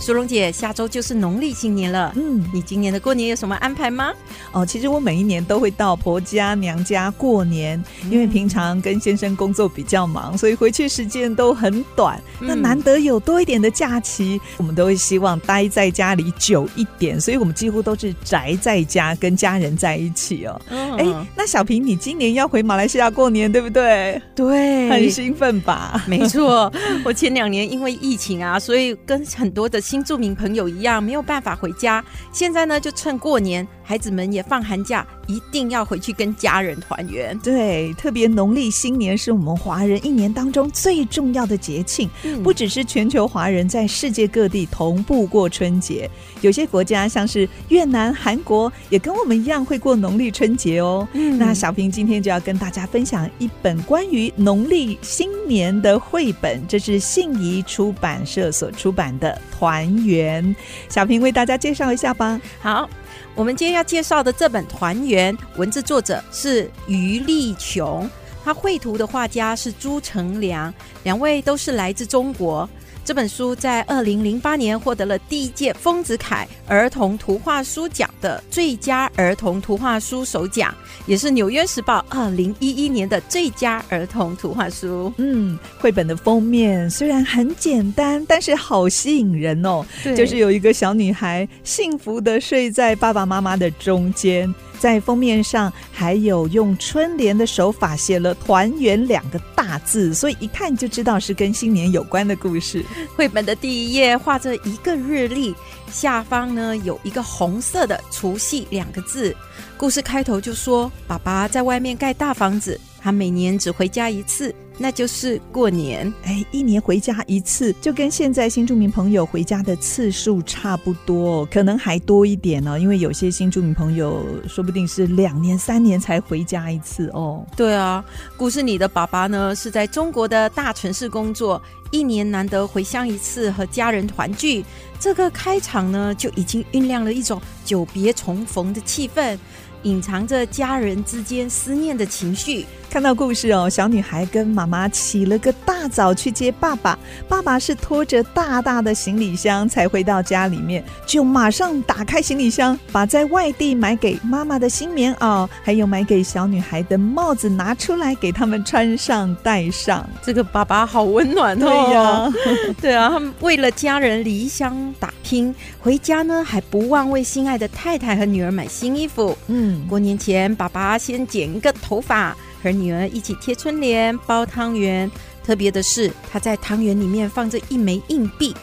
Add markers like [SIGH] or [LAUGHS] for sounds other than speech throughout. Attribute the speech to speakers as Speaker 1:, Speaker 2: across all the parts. Speaker 1: 苏荣姐，下周就是农历新年了，
Speaker 2: 嗯，
Speaker 1: 你今年的过年有什么安排吗？
Speaker 2: 哦，其实我每一年都会到婆家娘家过年，
Speaker 1: 嗯
Speaker 2: 因为平常跟先生工作比较忙，所以回去时间都很短。那
Speaker 1: 嗯
Speaker 2: 难得有多一点的假期，我们都会希望待在家里久一点，所以我们几乎都是宅在家，跟家人在一起哦。
Speaker 1: 嗯，
Speaker 2: 哎、那小平，你今年要回马来西亚过年，对不对？
Speaker 1: 对，
Speaker 2: 很兴奋吧？
Speaker 1: [LAUGHS] 没错，我前两年因为疫情啊，所以跟很多的新住民朋友一样，没有办法回家。现在呢，就趁过年，孩子们也放寒假，一定要回去跟家人团圆。
Speaker 2: 对，特别农历新年是我们华人一年当中最重要的节庆，
Speaker 1: 嗯
Speaker 2: 不只是全球华人在世界各地同步过春节，有些国家像是越南、韩国也跟我们一样会过农历春节哦。
Speaker 1: 嗯
Speaker 2: 那小平今天就要跟大家分享一本关于农历新年的绘本，这是信宜出版社所出版的《团圆》。小平为大家介绍一下吧。
Speaker 1: 好，我们今天要介绍的这本《团圆》，文字作者是于立琼，他绘图的画家是朱成良，两位都是来自中国。这本书在二零零八年获得了第一届丰子恺儿童图画书奖的最佳儿童图画书首奖，也是《纽约时报》二零一一年的最佳儿童图画书。
Speaker 2: 嗯，绘本的封面虽然很简单，但是好吸引人哦。
Speaker 1: 对
Speaker 2: 就是有一个小女孩幸福的睡在爸爸妈妈的中间，在封面上还有用春联的手法写了“团圆”两个大字，所以一看就知道是跟新年有关的故事。
Speaker 1: 绘本的第一页画着一个日历，下方呢有一个红色的“除夕”两个字。故事开头就说，爸爸在外面盖大房子，他每年只回家一次，那就是过年。
Speaker 2: [LAUGHS] 哎，一年回家一次，就跟现在新住民朋友回家的次数差不多，可能还多一点哦，因为有些新住民朋友说不定是两年、三年才回家一次哦。
Speaker 1: 对啊，故事里的爸爸呢是在中国的大城市工作，一年难得回乡一次，和家人团聚。这个开场呢就已经酝酿了一种久别重逢的气氛，隐藏着家人之间思念的情绪。
Speaker 2: 看到故事哦，小女孩跟妈妈起了个大早去接爸爸，爸爸是拖着大大的行李箱才回到家里面，就马上打开行李箱，把在外地买给妈妈的新棉袄，还有买给小女孩的帽子拿出来给他们穿上戴上。
Speaker 1: 这个爸爸好温暖哦！
Speaker 2: 对呀、
Speaker 1: 对啊，他们为了家人离乡打拼，回家呢还不忘为心爱的太太和女儿买新衣服。
Speaker 2: 嗯，
Speaker 1: 过年前，爸爸先剪一个头发，和女儿一起贴春联、包汤圆。特别的是，他在汤圆里面放着一枚硬币，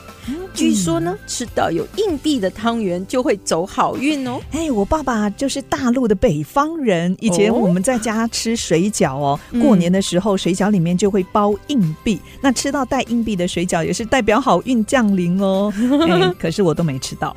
Speaker 1: 据说呢，吃到有硬币的汤圆就会走好运哦。
Speaker 2: 哎，我爸爸就是大陆的北方人。以前
Speaker 1: 哦
Speaker 2: 我们在家吃水饺哦，
Speaker 1: 嗯
Speaker 2: 过年的时候水饺里面就会包硬币，那吃到带硬币的水饺也是代表好运降临 [LAUGHS] 哦。哎，可是我都没吃到。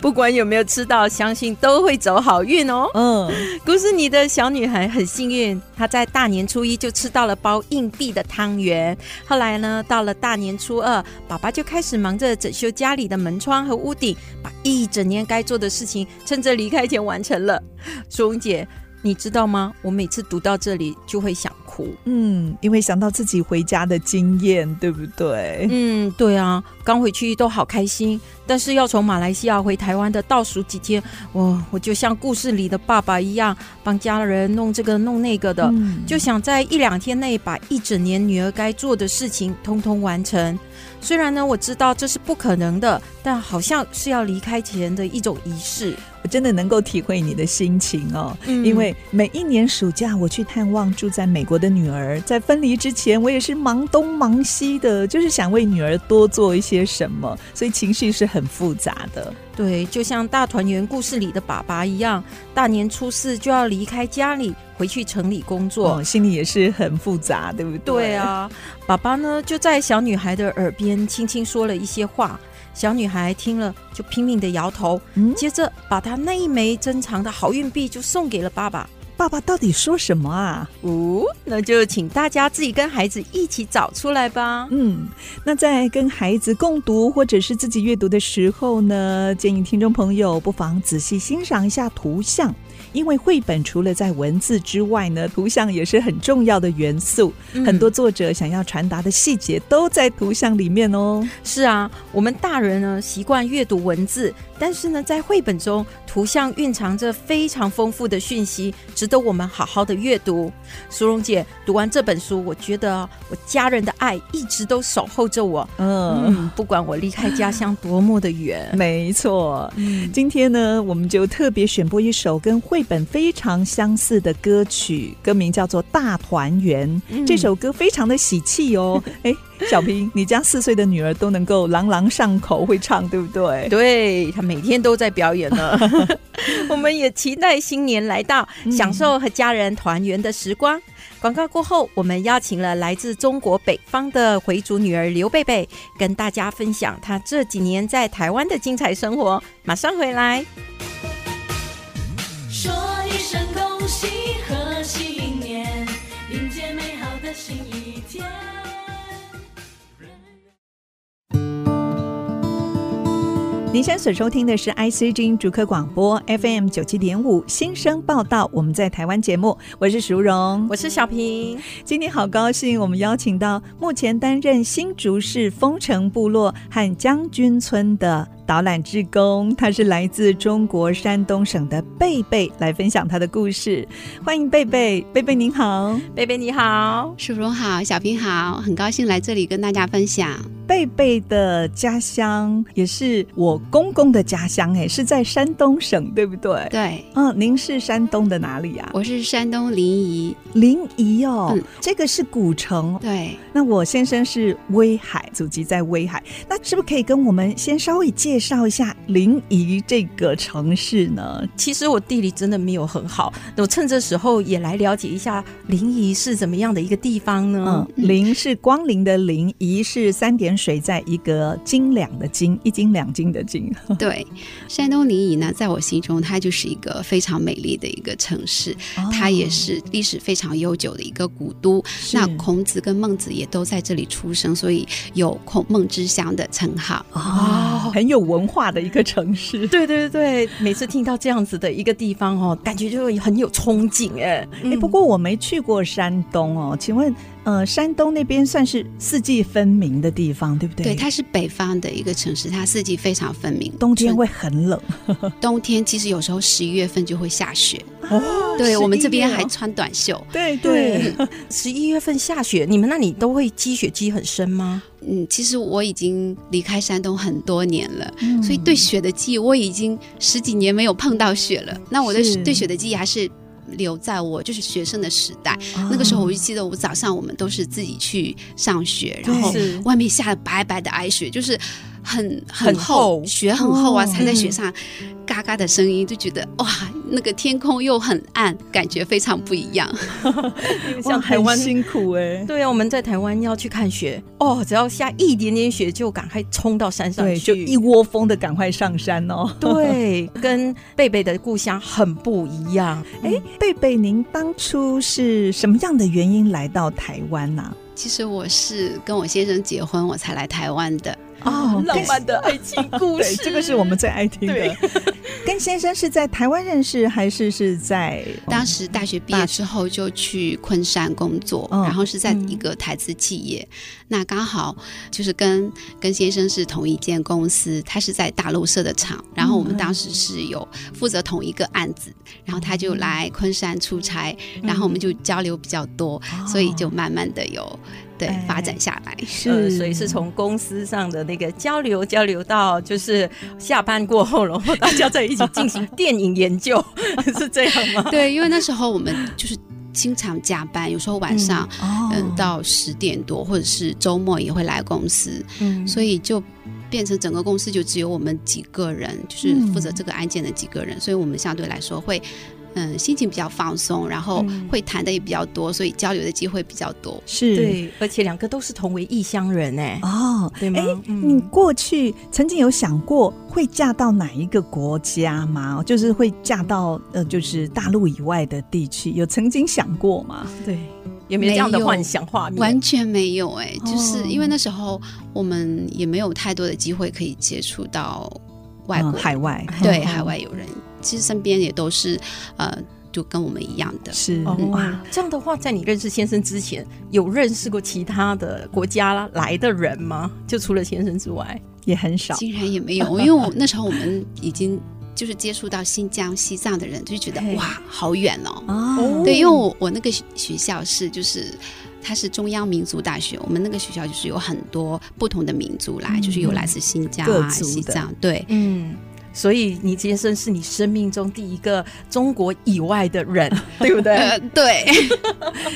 Speaker 1: 不管有没有吃到，相信都会走好运哦。
Speaker 2: 嗯，
Speaker 1: 故事里的小女孩很幸运，她在大年初一就吃到了包硬币的汤圆。后来呢，到了大年初二，爸爸就开始忙着整修家里的门窗和屋顶，把一整年该做的事情趁着离开前完成了。苏荣姐，你知道吗？我每次读到这里就会想哭。
Speaker 2: 嗯，因为想到自己回家的经验，对不对？
Speaker 1: 嗯，对啊，刚回去都好开心，但是要从马来西亚回台湾的倒数几天，我我就像故事里的爸爸一样，帮家人弄这个弄那个的。
Speaker 2: 嗯
Speaker 1: 就想在一两天内把一整年女儿该做的事情通通完成。虽然呢，我知道这是不可能的，但好像是要离开前的一种仪式。
Speaker 2: 我真的能够体会你的心情哦，
Speaker 1: 嗯
Speaker 2: 因为每一年暑假我去探望住在美国的女儿，在分离之前，我也是忙东忙西的，就是想为女儿多做一些什么，所以情绪是很复杂的。
Speaker 1: 对，就像大团圆故事里的爸爸一样，大年初四就要离开家里，回去城里工作。
Speaker 2: 哦，心里也是很复杂，对不对？
Speaker 1: 对，啊，爸爸呢就在小女孩的耳边轻轻说了一些话，小女孩听了就拼命的摇头，
Speaker 2: 嗯
Speaker 1: 接着把她那一枚珍藏的好运币就送给了爸爸。
Speaker 2: 爸爸到底说什么啊？
Speaker 1: 哦，那就请大家自己跟孩子一起找出来吧。
Speaker 2: 嗯，那在跟孩子共读或者是自己阅读的时候呢，建议听众朋友不妨仔细欣赏一下图像，因为绘本除了在文字之外呢，图像也是很重要的元素。
Speaker 1: 嗯
Speaker 2: 很多作者想要传达的细节都在图像里面哦。
Speaker 1: 是啊，我们大人呢习惯阅读文字，但是呢，在绘本中，图像蕴藏着非常丰富的讯息，值得我们好好的阅读。苏荣姐读完这本书，我觉得我家人的爱一直都守候着我。
Speaker 2: 嗯，
Speaker 1: 嗯，不管我离开家乡多么的远，
Speaker 2: 没错。今天呢，我们就特别选播一首跟绘本非常相似的歌曲，歌名叫做《大团圆》。
Speaker 1: 嗯
Speaker 2: 这首歌非常的喜气哦。哎，小平，你家四岁的女儿都能够朗朗上口，会唱，对不对？
Speaker 1: 对他每天都在表演 [LAUGHS] 呢。我们也期待新年来到，享受和家人团圆的时光。广告过后，我们邀请了来自中国北方的回族女儿刘贝贝，跟大家分享她这几年在台湾的精彩生活。马上回来。
Speaker 3: 说一声恭喜，贺喜迎年，迎接美好的新一天。
Speaker 2: 您现在所收听的是 IC 之音逐客广播 FM 九七点五新生报道，我们在台湾节目，我是淑荣。
Speaker 1: 我是小平，
Speaker 2: 今天好高兴，我们邀请到目前担任新竹市丰城部落和将军村的导览志工，他是来自中国山东省的贝贝，来分享他的故事。欢迎贝贝，贝贝您好。
Speaker 1: 贝贝你好。
Speaker 4: 淑荣好，小平好，很高兴来这里跟大家分享。
Speaker 2: 贝贝的家乡也是我公公的家乡，哎，是在山东省，对不对？
Speaker 4: 对，
Speaker 2: 嗯，您是山东的哪里啊？
Speaker 4: 我是山东临沂，
Speaker 2: 临沂哦，
Speaker 4: 嗯
Speaker 2: 这个是古城。哦
Speaker 4: 对，
Speaker 2: 那我先生是威海，祖籍在威海。那是不是可以跟我们先稍微介绍一下临沂这个城市呢？
Speaker 1: 其实我地理真的没有很好，那我趁这时候也来了解一下临沂是怎么样的一个地方呢
Speaker 2: 嗯？，临是光临的临，沂是三点水在一个斤两的斤，一斤两斤的斤。
Speaker 4: 对，山东临沂呢，在我心中它就是一个非常美丽的一个城市，
Speaker 2: 哦
Speaker 4: 它也是历史非常悠久的一个古都。那孔子跟孟子也都在这里出生，所以有孔孟之乡的称号。
Speaker 2: 啊、
Speaker 1: 哦
Speaker 2: 很有文化的一个城市。
Speaker 1: 对对对，每次听到这样子的一个地方哦，感觉就会很有憧憬哎。
Speaker 4: 嗯
Speaker 2: 哎、不过我没去过山东哦，请问，呃，山东那边算是四季分明的地方，对不对？
Speaker 4: 对，它是北方的一个城市，它四季非常分明。
Speaker 2: 冬天会很冷
Speaker 4: 冬天其实有时候十一月份就会下雪，
Speaker 2: 哦
Speaker 4: 对我们这边还穿短袖。
Speaker 2: 对对
Speaker 1: 对，十一月份下雪，你们那里都会积雪积很深吗？
Speaker 4: 嗯，其实我已经离开山东很多年了，
Speaker 2: 嗯
Speaker 4: 所以对雪的记忆我已经十几年没有碰到雪了。那我的
Speaker 2: 是
Speaker 4: 对雪的记忆还是留在我就是学生的时代，那个时候我就记得我早上我们都是自己去上学，然后
Speaker 1: 是
Speaker 4: 外面下了白白的白雪，就是很
Speaker 1: 很
Speaker 4: 厚
Speaker 1: 厚
Speaker 4: 雪很厚啊，
Speaker 2: 哦
Speaker 4: 踩在雪上。嘎嘎的声音，就觉得哇，那个天空又很暗，感觉非常不一样。 [LAUGHS]
Speaker 2: 哇
Speaker 1: 像台湾
Speaker 2: 很辛苦哎、
Speaker 1: 对啊，我们在台湾要去看雪哦，只要下一点点雪就赶快冲到山上
Speaker 2: 对，
Speaker 1: 去。
Speaker 2: 就一窝蜂的赶快上山哦。
Speaker 1: 对，跟贝贝的故乡很不一样。
Speaker 2: [LAUGHS] 哎、贝贝，您当初是什么样的原因来到台湾啊呐、
Speaker 4: 其实我是跟我先生结婚，我才来台湾的。
Speaker 2: 哦
Speaker 1: 浪漫的爱情故
Speaker 2: 对
Speaker 1: [LAUGHS] 事，，
Speaker 2: 这个是我们最爱听的。 [LAUGHS] 跟先生是在台湾认识，还是是在
Speaker 4: 当时大学毕业之后就去昆山工作，
Speaker 2: 嗯
Speaker 4: 然后是在一个台资企业，那刚好就是跟跟先生是同一间公司，他是在大陆设的厂，然后我
Speaker 2: 嗯
Speaker 4: 们当时是有负责同一个案子，然后他
Speaker 2: 哦
Speaker 4: 就来昆山出差，然后我们就
Speaker 2: 嗯
Speaker 4: 交流比较多，所以就慢慢的有对
Speaker 2: 哦哎
Speaker 4: 发展下来。
Speaker 2: 是
Speaker 1: 呃，
Speaker 2: [LAUGHS]
Speaker 1: 所以是从公司上的那个交流交流到就是下班过后，然后大家在一起进行电影研究， [LAUGHS] 是这样吗？
Speaker 4: 对，因为那时候我们就是经常加班，有时候晚上
Speaker 2: 哦
Speaker 4: 嗯，到十点多，或者是周末也会来公司，
Speaker 1: 嗯
Speaker 4: 所以就变成整个公司就只有我们几个人，就是
Speaker 2: 嗯
Speaker 4: 负责这个案件的几个人，所以我们相对来说会。嗯，心情比较放松，然后
Speaker 2: 嗯
Speaker 4: 会谈的也比较多，所以交流的机会比较多。
Speaker 2: 是
Speaker 1: 对，而且两个都是同为异乡人哎、
Speaker 2: 嗯哦，
Speaker 1: 对吗
Speaker 2: 哎，
Speaker 1: 嗯
Speaker 2: 你过去曾经有想过会嫁到哪一个国家吗？就是会嫁到呃，就是大陆以外的地区，有曾经想过吗？
Speaker 1: 对，有没有这样的
Speaker 4: 没有
Speaker 1: 幻想画面？
Speaker 4: 完全没有哎、就是
Speaker 2: 哦
Speaker 4: 因为那时候我们也没有太多的机会可以接触到外国
Speaker 2: 嗯、
Speaker 4: 人
Speaker 2: 海外
Speaker 4: 对
Speaker 2: 嗯
Speaker 4: 海外友人，其实身边也都是呃，就跟我们一样的。
Speaker 2: 是
Speaker 1: 哦、
Speaker 2: 哇
Speaker 1: 哇，这样的话，在你认识先生之前，有认识过其他的国家来的人吗？就除了先生之外，
Speaker 2: 也很少
Speaker 4: 竟然也没
Speaker 2: [LAUGHS]
Speaker 4: 有，因为我那时候我们已经就是接触到新疆、西藏的人，就觉得
Speaker 1: 嘿
Speaker 4: 哇，好远哦。
Speaker 2: 啊
Speaker 1: 哦
Speaker 4: 对，因为我我那个学学校是就是。它是中央民族大学，我们那个学校就是有很多不同的民族来，就是有来自新疆
Speaker 2: 嗯各
Speaker 4: 啊、
Speaker 2: 族
Speaker 4: 西
Speaker 2: 的
Speaker 4: 藏，对，
Speaker 1: 嗯。所以你先生是你生命中第一个中国以外的
Speaker 2: [LAUGHS]
Speaker 1: 人，对不对？
Speaker 2: 嗯
Speaker 4: 呃，对，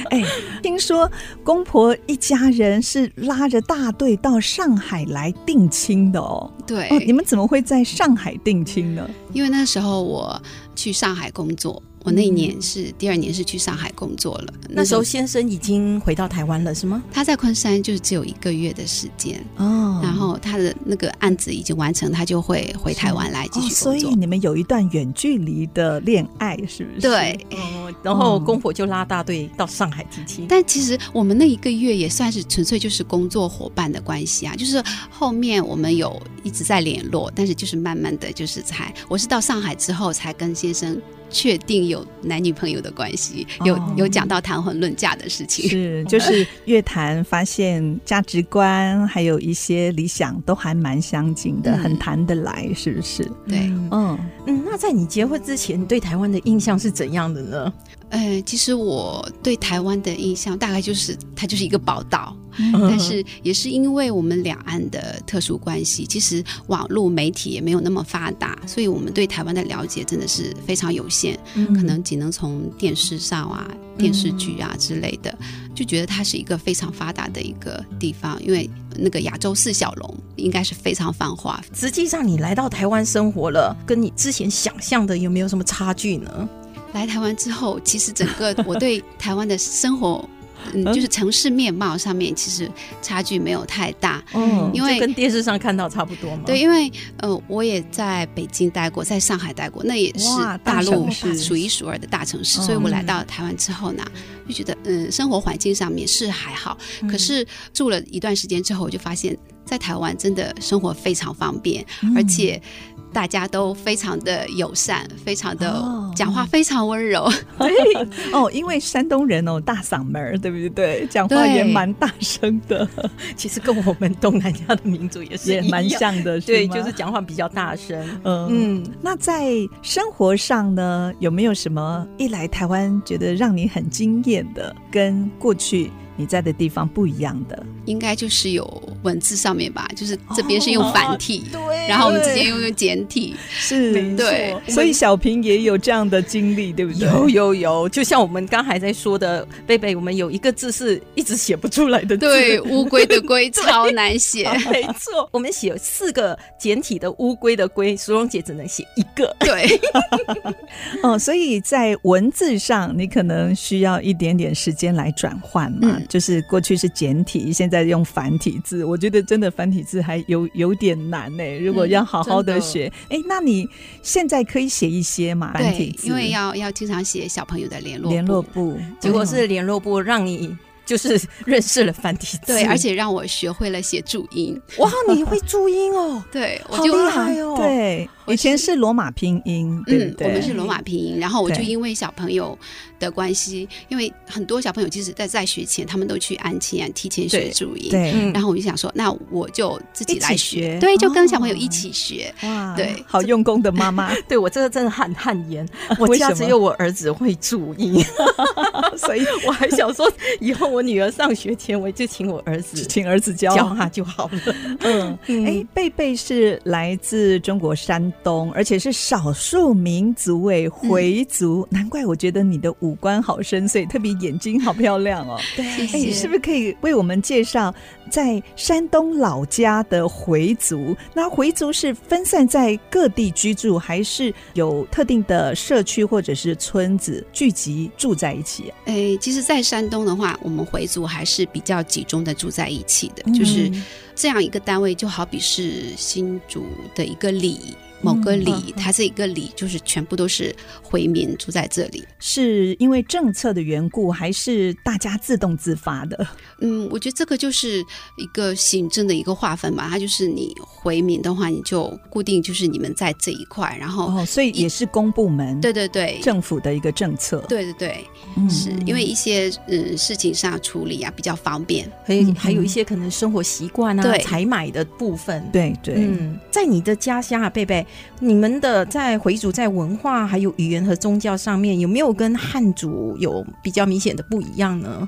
Speaker 2: 哎，听说公婆一家人是拉着大队到上海来定亲的 [LAUGHS] 哦。
Speaker 4: 对，
Speaker 2: 哦，你们怎么会在上海定亲呢？
Speaker 4: 因为那时候我去上海工作，我那一年是、第二年是去上海工作了，
Speaker 1: 那时候先生已经回到台湾了，是吗？
Speaker 4: 他在昆山就是只有一个月的时间，
Speaker 2: 哦
Speaker 4: 然后他的那个案子已经完成，他就会回台湾来继
Speaker 2: 哦，
Speaker 4: 续
Speaker 2: 所
Speaker 4: 工
Speaker 2: 以
Speaker 4: 作。
Speaker 2: 你们有一段远距离的恋爱，是不是？
Speaker 4: 对，
Speaker 1: 哦，然后
Speaker 2: 嗯
Speaker 1: 公婆就拉大队到上海提亲。
Speaker 4: 但其实我们那一个月也算是纯粹就是工作伙伴的关系啊，就是后面我们有一直在联络，但是就是慢慢的就是才，我是到上海之后才跟先生确定有男女朋友的关系，有、
Speaker 2: 哦
Speaker 4: 有讲到谈婚论嫁的事情。
Speaker 2: 是，就是乐坛发现价值观还有一些理想都还蛮相近的，
Speaker 4: 嗯
Speaker 2: 很谈得来，是不是？
Speaker 4: 对，
Speaker 2: 嗯，
Speaker 1: 嗯，那在你结婚之前，你对台湾的印象是怎样的呢？
Speaker 4: 呃，其实我对台湾的印象大概就是它就是一个宝岛，但是也是因为我们两岸的特殊关系，其实网络媒体也没有那么发达，所以我们对台湾的了解真的是非常有限，可能只能从电视上啊、电视剧啊之类的，就觉得它是一个非常发达的一个地方，因为那个亚洲四小龙应该是非常繁华。
Speaker 1: 实际上，你来到台湾生活了，跟你之前想象的有没有什么差距呢？
Speaker 4: 来台湾之后，其实整
Speaker 2: [LAUGHS]
Speaker 4: 个我对台湾的生活。嗯，就是城市面貌上面其实差距没有太大，
Speaker 2: 嗯
Speaker 4: 因为
Speaker 1: 就跟电视上看到差不多吗？
Speaker 4: 对，，因为呃，我也在北京待过，在上海待过，那也是
Speaker 2: 哇大
Speaker 4: 大陆
Speaker 2: 城市嗯
Speaker 4: 数一数二的大城市，所以我来到台湾之后呢，就觉得嗯，生活环境上面是还好，
Speaker 2: 嗯
Speaker 4: 可是住了一段时间之后，我就发现，在台湾真的生活非常方便，
Speaker 2: 嗯
Speaker 4: 而且。大家都非常的友善，非常的、
Speaker 2: 哦
Speaker 4: 讲话非常温柔，
Speaker 1: [LAUGHS]
Speaker 2: [LAUGHS] 哦，因为山东人哦，大嗓门儿，对不对？讲话也
Speaker 4: 对
Speaker 2: 蛮大声的，
Speaker 1: [LAUGHS] 其实跟我们东南亚的民族也是
Speaker 2: 也
Speaker 1: 一
Speaker 2: 蛮
Speaker 1: 样。
Speaker 2: 像的，
Speaker 1: 对，
Speaker 2: 吗
Speaker 1: 就是讲话比较大声。
Speaker 2: 嗯。
Speaker 1: 嗯，
Speaker 2: 那在生活上呢，有没有什么一来台湾觉得让你很惊艳的，跟过去你在的地方不一样的？
Speaker 4: 应该就是有文字上面吧，就是这边是用繁体，
Speaker 1: 对
Speaker 4: 然后我们之间又用简体，
Speaker 2: 是
Speaker 4: 对，
Speaker 2: 所以小平也有这样的经历，对不对？
Speaker 1: 有有有，就像我们刚才在说的，贝贝，我们有一个字是一直写不出来的字。
Speaker 4: 对，乌龟的龟超难写，
Speaker 1: [LAUGHS] 没错，我们写四个简体的乌龟的龟，苏荣姐只能写一个。
Speaker 4: 对，
Speaker 2: 哦，所以在文字上，你可能需要一点点时间来转换嘛。
Speaker 4: 嗯
Speaker 2: 就是过去是简体，现在用繁体字，我觉得真的繁体字还有有点难呢、欸如果要好好
Speaker 4: 嗯
Speaker 1: 真
Speaker 2: 的
Speaker 1: 的
Speaker 2: 学，哎、那你现在可以写一些嘛？繁体
Speaker 4: 对，
Speaker 2: 字，
Speaker 4: 因为要要经常写小朋友的联络
Speaker 2: 联络部，
Speaker 4: 簿
Speaker 2: 哦
Speaker 1: 结果是联络部让你就是认识了繁体字，
Speaker 4: 对，而且让我学会了写注音，
Speaker 1: 哇，你会注音哦，
Speaker 4: 对我
Speaker 1: 好
Speaker 4: 就
Speaker 1: 厉害哦
Speaker 2: 对，以前是罗马拼音，对
Speaker 4: 嗯
Speaker 2: 不，
Speaker 4: 我们
Speaker 2: 对？
Speaker 4: 是罗马拼音，然后我就
Speaker 2: 对
Speaker 4: 因为小朋友的关系，因为很多小朋友即使在在学前，他们都去安亲啊、提前学
Speaker 2: 对
Speaker 4: 注音，
Speaker 2: 对，
Speaker 1: 嗯
Speaker 4: 然后我就想说，那我就自己
Speaker 2: 一起
Speaker 4: 来
Speaker 2: 学
Speaker 4: 对，就跟小朋友
Speaker 2: 哦
Speaker 4: 一起学，
Speaker 2: 哇
Speaker 4: 对
Speaker 2: 好用功的妈
Speaker 4: [LAUGHS]
Speaker 2: 妈，
Speaker 1: 对我这个真的很汗颜，我
Speaker 2: 为
Speaker 1: 家
Speaker 2: 什
Speaker 1: 只
Speaker 2: 么
Speaker 1: 有我儿子会 [LAUGHS] 注音，
Speaker 2: [LAUGHS] 所
Speaker 4: [LAUGHS]
Speaker 2: 以
Speaker 1: 我还想说以后我女儿上学前，我就请我儿
Speaker 2: 只
Speaker 1: 子
Speaker 2: 请儿子教。
Speaker 1: 教她就好了。
Speaker 2: 嗯，哎，贝贝是来自中国山东，而且是少数民族哎，回族。难怪我觉得你的五官好深邃，特别眼睛好漂亮 [LAUGHS] 哦。
Speaker 4: 谢
Speaker 2: 哎，
Speaker 4: 谢。
Speaker 2: 你是不是可以为我们介绍在山东老家的回族？那回族是分散在各地居住，还是有特定的社区或者是村子聚集住在一起？啊
Speaker 4: 诶，其实，在山东的话，我们回族还是比较集中的住在一起的，
Speaker 2: 嗯
Speaker 4: 就是这样一个单位，就好比是新竹的一个里。某个
Speaker 2: 嗯
Speaker 4: 里，它是一个里，就是全部都是回民住在这里。
Speaker 2: 是因为政策的缘故，还是大家自动自发的？
Speaker 4: 嗯，我觉得这个就是一个行政的一个划分吧，它就是你回民的话，你就固定就是你们在这一块，然后、
Speaker 2: 哦，所以也是公部门
Speaker 4: 对对对，
Speaker 2: 政府的一个政策。
Speaker 4: 对对对，
Speaker 2: 嗯，
Speaker 4: 是因为一些嗯事情上处理啊比较方便。
Speaker 1: [LAUGHS] 还有还有一些可能生活习惯啊、
Speaker 4: 对
Speaker 1: 采买的部分。
Speaker 2: 对对。
Speaker 1: 嗯，在你的家乡啊，贝贝，你们的在回族在文化、还有语言和宗教上面，有没有跟汉族有比较明显的不一样呢？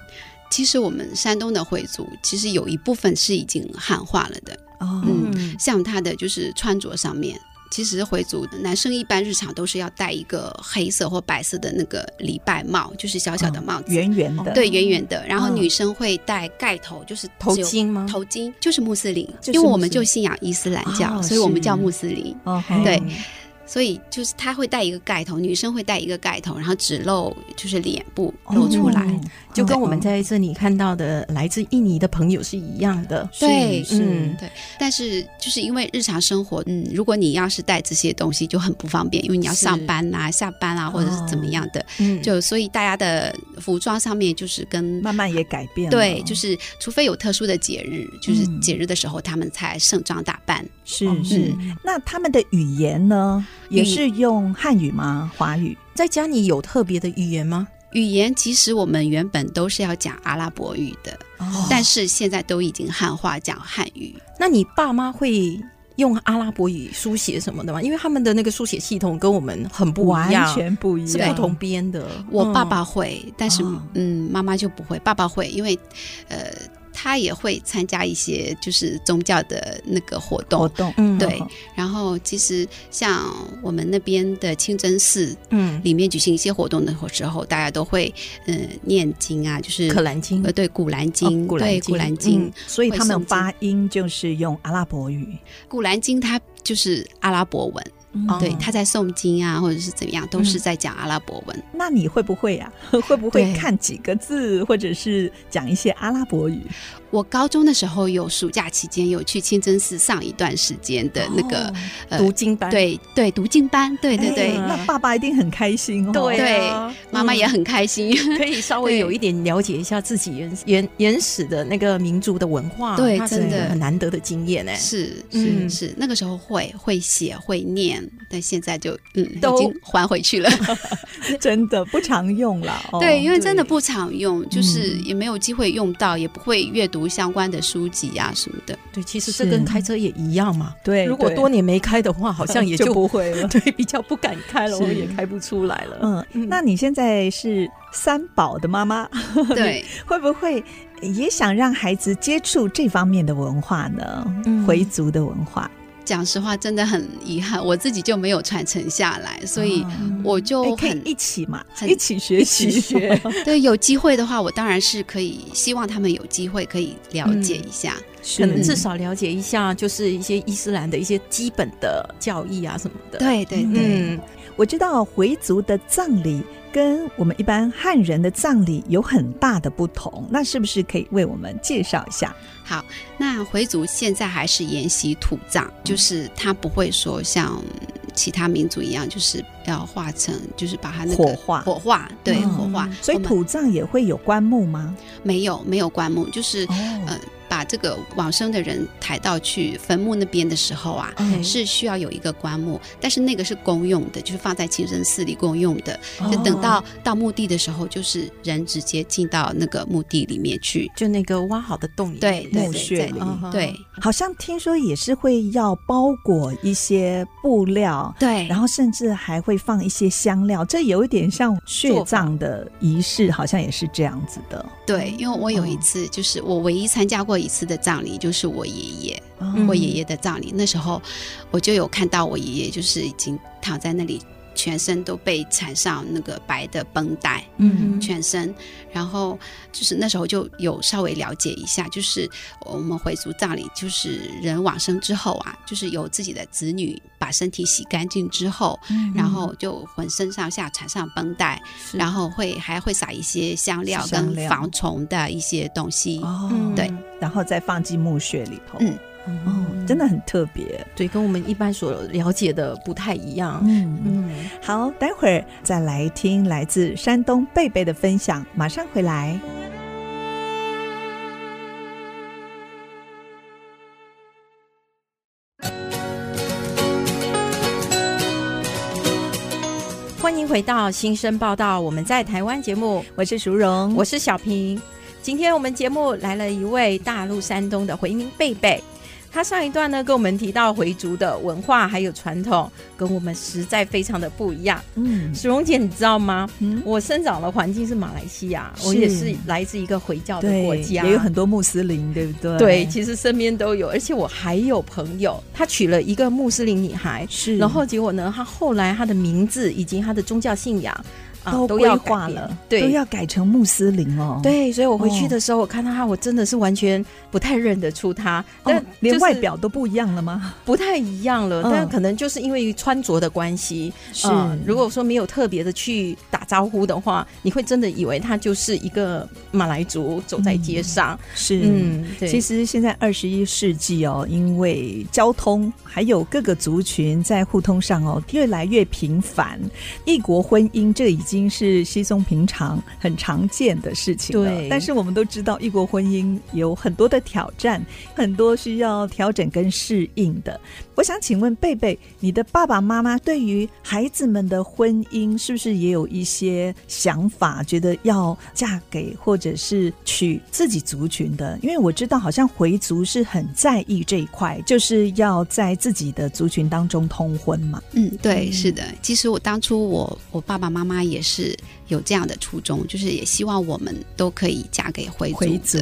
Speaker 4: 其实我们山东的回族，其实有一部分是已经汉化了的，
Speaker 2: 哦，
Speaker 4: 嗯，像他的就是穿着上面。其实回族男生一般日常都是要戴一个黑色或白色的那个礼拜帽，就是小小的帽子，
Speaker 2: 圆圆的，
Speaker 4: 对，圆圆的。然后
Speaker 2: 嗯
Speaker 4: 女生会戴盖头，就是
Speaker 1: 头
Speaker 4: 只有
Speaker 1: 巾吗？
Speaker 4: 头巾就是穆斯林，
Speaker 2: 就是
Speaker 4: 因为
Speaker 2: 穆
Speaker 4: 我
Speaker 2: 斯
Speaker 4: 们就
Speaker 2: 林
Speaker 4: 信仰伊斯兰教，
Speaker 2: 哦
Speaker 4: 所以我们
Speaker 2: 是
Speaker 4: 叫穆斯林。
Speaker 2: 哦，
Speaker 4: 对
Speaker 1: 嗯
Speaker 4: 所以就是他会戴一个盖头，女生会戴一个盖头，然后只露就是脸部露出来。
Speaker 2: 哦
Speaker 1: 就跟我们在这里看到的来自印尼的朋友是一样的。
Speaker 4: 对，
Speaker 2: 是
Speaker 4: 嗯，对。但是就是因为日常生活，嗯，如果你要是带这些东西就很不方便，因为你要
Speaker 1: 是
Speaker 4: 上班啊、下班啊，或者是怎么样的，
Speaker 2: 哦
Speaker 1: 嗯，
Speaker 4: 就所以大家的服装上面就是跟。
Speaker 2: 慢慢也改变了，
Speaker 4: 对，就是是除非有特殊的节日，就是
Speaker 2: 嗯
Speaker 4: 节日的时候他们才盛装打扮。嗯
Speaker 2: 是是。那他们的语言呢，也是用汉语吗？华语？
Speaker 1: 在家里有特别的语言吗？
Speaker 4: 语言其实我们原本都是要讲阿拉伯语的，
Speaker 2: 哦
Speaker 4: 但是现在都已经汉化讲汉语。
Speaker 1: 那你爸妈会用阿拉伯语书写什么的吗？因为他们的那个书写系统跟我们很不一样，
Speaker 2: 完全不一
Speaker 1: 是
Speaker 2: 样，
Speaker 1: 不同编的。
Speaker 4: 我爸
Speaker 1: 嗯
Speaker 4: 爸会，但是
Speaker 2: 哦
Speaker 4: 嗯，妈妈就不会。爸爸会，因为呃，他也会参加一些就是宗教的那个活动。
Speaker 2: 活动。
Speaker 1: 嗯
Speaker 4: 对，然后其实像我们那边的清真寺
Speaker 1: 嗯，
Speaker 4: 里面举行一些活动的时候，大家都会嗯、呃念经啊，就是
Speaker 1: 可兰经哦
Speaker 4: 呃对古兰经，
Speaker 1: 古兰
Speaker 4: 对
Speaker 1: 经
Speaker 4: 古兰经，
Speaker 1: 嗯
Speaker 2: 所以他们
Speaker 4: 会诵经
Speaker 2: 发音就是用阿拉伯语，
Speaker 4: 古兰经它就是阿拉伯文，
Speaker 1: 哦
Speaker 4: 嗯
Speaker 1: 嗯
Speaker 4: 对，他在诵经啊或者是怎么样，都是在讲阿拉伯文。
Speaker 2: 那你会不会啊？ [LAUGHS] 会不会
Speaker 4: 对
Speaker 2: 看几个字，或者是讲一些阿拉伯语？
Speaker 4: 我高中的时候有暑假期间有去清真寺上一段时间的那个、呃
Speaker 1: 读经
Speaker 2: 哦
Speaker 1: 班，
Speaker 4: 对对读经班，对对
Speaker 2: 哎
Speaker 4: 对，
Speaker 2: 那爸爸一定很开心哦。
Speaker 1: 对
Speaker 4: 对
Speaker 1: 啊
Speaker 4: 妈妈也很
Speaker 2: [LAUGHS]
Speaker 4: 开心。
Speaker 1: 可以稍微
Speaker 4: 对
Speaker 1: 有一点了解一下自己原原原始的那个民族的文化，
Speaker 4: 对
Speaker 1: 它是
Speaker 4: 真的
Speaker 1: 很难得的经验哎、
Speaker 4: [LAUGHS] 是
Speaker 1: 嗯
Speaker 4: 是是，那个时候会会写会念，但现在就嗯
Speaker 1: 都
Speaker 4: 已经还回去了。
Speaker 2: 真的不常用了。哦、
Speaker 4: [LAUGHS] 对，因为真的
Speaker 1: 对
Speaker 4: 不常用，就是
Speaker 2: 嗯
Speaker 4: 也没有机会用到，也不会阅读相关的书籍啊什么
Speaker 2: [LAUGHS]
Speaker 4: 的。
Speaker 1: 对，其实这
Speaker 2: 是
Speaker 1: 跟开车也一样嘛。
Speaker 2: 对，
Speaker 1: 如果
Speaker 2: 对
Speaker 1: 多年没开的 [LAUGHS] 话，好像也
Speaker 2: 就
Speaker 1: 就。
Speaker 2: 不会了
Speaker 1: 对比较不敢开了，
Speaker 2: 是
Speaker 1: 我也开不出来了。
Speaker 2: 嗯，那你现在是三宝的妈妈， [LAUGHS]
Speaker 4: 对，
Speaker 2: 会不会也想让孩子接触这方面的文化呢？
Speaker 1: 嗯
Speaker 2: 回族的文化，
Speaker 4: 讲实话真的很遗憾，我自己就没有传承下来，所以
Speaker 2: 哦
Speaker 4: 我
Speaker 2: 哎
Speaker 4: 就
Speaker 2: 可以
Speaker 4: 很
Speaker 2: 一起嘛，
Speaker 4: 很
Speaker 2: 一起学习。 [LAUGHS]
Speaker 1: 学
Speaker 4: 对，有机会的话，我当然是可以，希望他们有机会可以了
Speaker 2: 嗯
Speaker 4: 解一下。
Speaker 2: 是
Speaker 1: 可能至
Speaker 2: 嗯
Speaker 1: 少了解一下，就是一些伊斯兰的一些基本的教义啊什么的。，
Speaker 4: 对对对，
Speaker 1: 嗯，
Speaker 2: 我知道回族的葬礼跟我们一般汉人的葬礼有很大的不同，那是不是可以为我们介绍一下？
Speaker 4: 好，那回族现在还是沿袭土葬，就是他不会说像其他民族一样，就是要化成，就是把它那个
Speaker 2: 火化
Speaker 4: 火化，对，
Speaker 2: 嗯
Speaker 4: 火化。
Speaker 2: 所以
Speaker 4: 我们
Speaker 2: 土葬也会有棺木吗？
Speaker 4: 没有没有棺木，就是、
Speaker 2: 哦
Speaker 4: 呃把把这个往生的人抬到去坟墓那边的时候啊，
Speaker 2: 嗯
Speaker 4: 是需要有一个棺木，但是那个是公用的，就是放在清真寺里公用的。
Speaker 2: 哦
Speaker 4: 就等到到墓地的时候，就是人直接进到那个墓地里面去。
Speaker 1: 就那个挖好的洞里
Speaker 4: 对
Speaker 1: 面
Speaker 4: 对
Speaker 2: 墓
Speaker 4: 对
Speaker 2: 穴里
Speaker 1: 嗯哼
Speaker 4: 对
Speaker 2: 好像听说也是会要包裹一些布料，
Speaker 4: 对，
Speaker 2: 然后甚至还会放一些香料，这有一点像血葬的仪式，好像也是这样子的。
Speaker 4: 对，因为我有一
Speaker 2: 哦
Speaker 4: 次，就是我唯一参加过一次的葬礼，就是我爷爷，
Speaker 2: 嗯
Speaker 4: 我爷爷的葬礼。那时候我就有看到我爷爷，就是已经躺在那里，全身都被缠上那个白的绷带，
Speaker 1: 嗯
Speaker 4: 全身。然后就是那时候就有稍微了解一下，就是我们回族葬礼，就是人往生之后啊，就是由自己的子女把身体洗干净之后，然
Speaker 2: 嗯
Speaker 4: 后就浑身上下缠上绷带，
Speaker 1: 是
Speaker 4: 然后会还会撒一些香料
Speaker 2: 香
Speaker 4: 跟
Speaker 2: 料
Speaker 4: 防虫的一些东西。
Speaker 2: 哦，
Speaker 1: 嗯
Speaker 4: 对，
Speaker 2: 然后再放进墓穴里头。
Speaker 4: 嗯
Speaker 2: 哦，真的很特别。
Speaker 1: 对，跟我们一般所了解的不太一样。
Speaker 2: 嗯，
Speaker 1: 嗯，
Speaker 2: 好，待会儿再来听来自山东贝贝的分享，马上回来。
Speaker 1: 欢迎回到新生报道，我们在台湾节目，
Speaker 2: 我是淑荣，
Speaker 1: 我是小平。今天我们节目来了一位大陆山东的回民贝贝，他上一段呢跟我们提到回族的文化还有传统，跟我们实在非常的不一样。
Speaker 2: 嗯
Speaker 1: 史荣姐，你知道吗？
Speaker 2: 嗯，
Speaker 1: 我生长的环境是马来西亚，
Speaker 2: 是
Speaker 1: 我也是来自一个回教的
Speaker 2: 对，
Speaker 1: 国家，
Speaker 2: 也有很多穆斯林，对不对？
Speaker 1: 对，其实身边都有，而且我还有朋友，他娶了一个穆斯林女孩，
Speaker 2: 是，
Speaker 1: 然后结果呢，他后来他的名字以及他的宗教信仰啊
Speaker 2: 都
Speaker 1: 都
Speaker 2: 规
Speaker 1: 要改
Speaker 2: 划
Speaker 1: 变
Speaker 2: 了，
Speaker 1: 对，
Speaker 2: 都要改成穆斯林哦。。
Speaker 1: 对，所以我回去
Speaker 2: 哦
Speaker 1: 的时候，我看到他，我真的是完全不太认得出他，但、
Speaker 2: 哦，连外表都不一样了
Speaker 1: [LAUGHS]
Speaker 2: 吗？
Speaker 1: 不太一样了。
Speaker 2: 嗯
Speaker 1: 但可能就是因为穿着的关系，
Speaker 2: 啊
Speaker 1: 呃如果说没有特别的去打招呼的话，你会真的以为他就是一个马来族走在街上。
Speaker 2: 是，
Speaker 1: 嗯，对，
Speaker 2: 其实现在二十一世纪哦，因为交通还有各个族群在互通上哦越来越频繁，异国婚姻这已经是稀松平常、很常见的事情了。
Speaker 1: 对
Speaker 2: 但是我们都知道，异国婚姻有很多的挑战，很多需要调整跟适应的。我想请问贝贝，你的爸爸妈妈对于孩子们的婚姻是不是也有一些想法，觉得要嫁给或者是娶自己族群的？因为我知道好像回族是很在意这一块，就是要在自己的族群当中通婚嘛。
Speaker 4: 嗯，对，是的。其实我当初我我爸爸妈妈也是有这样的初衷，就是也希望我们都可以嫁给回族的。
Speaker 2: 回族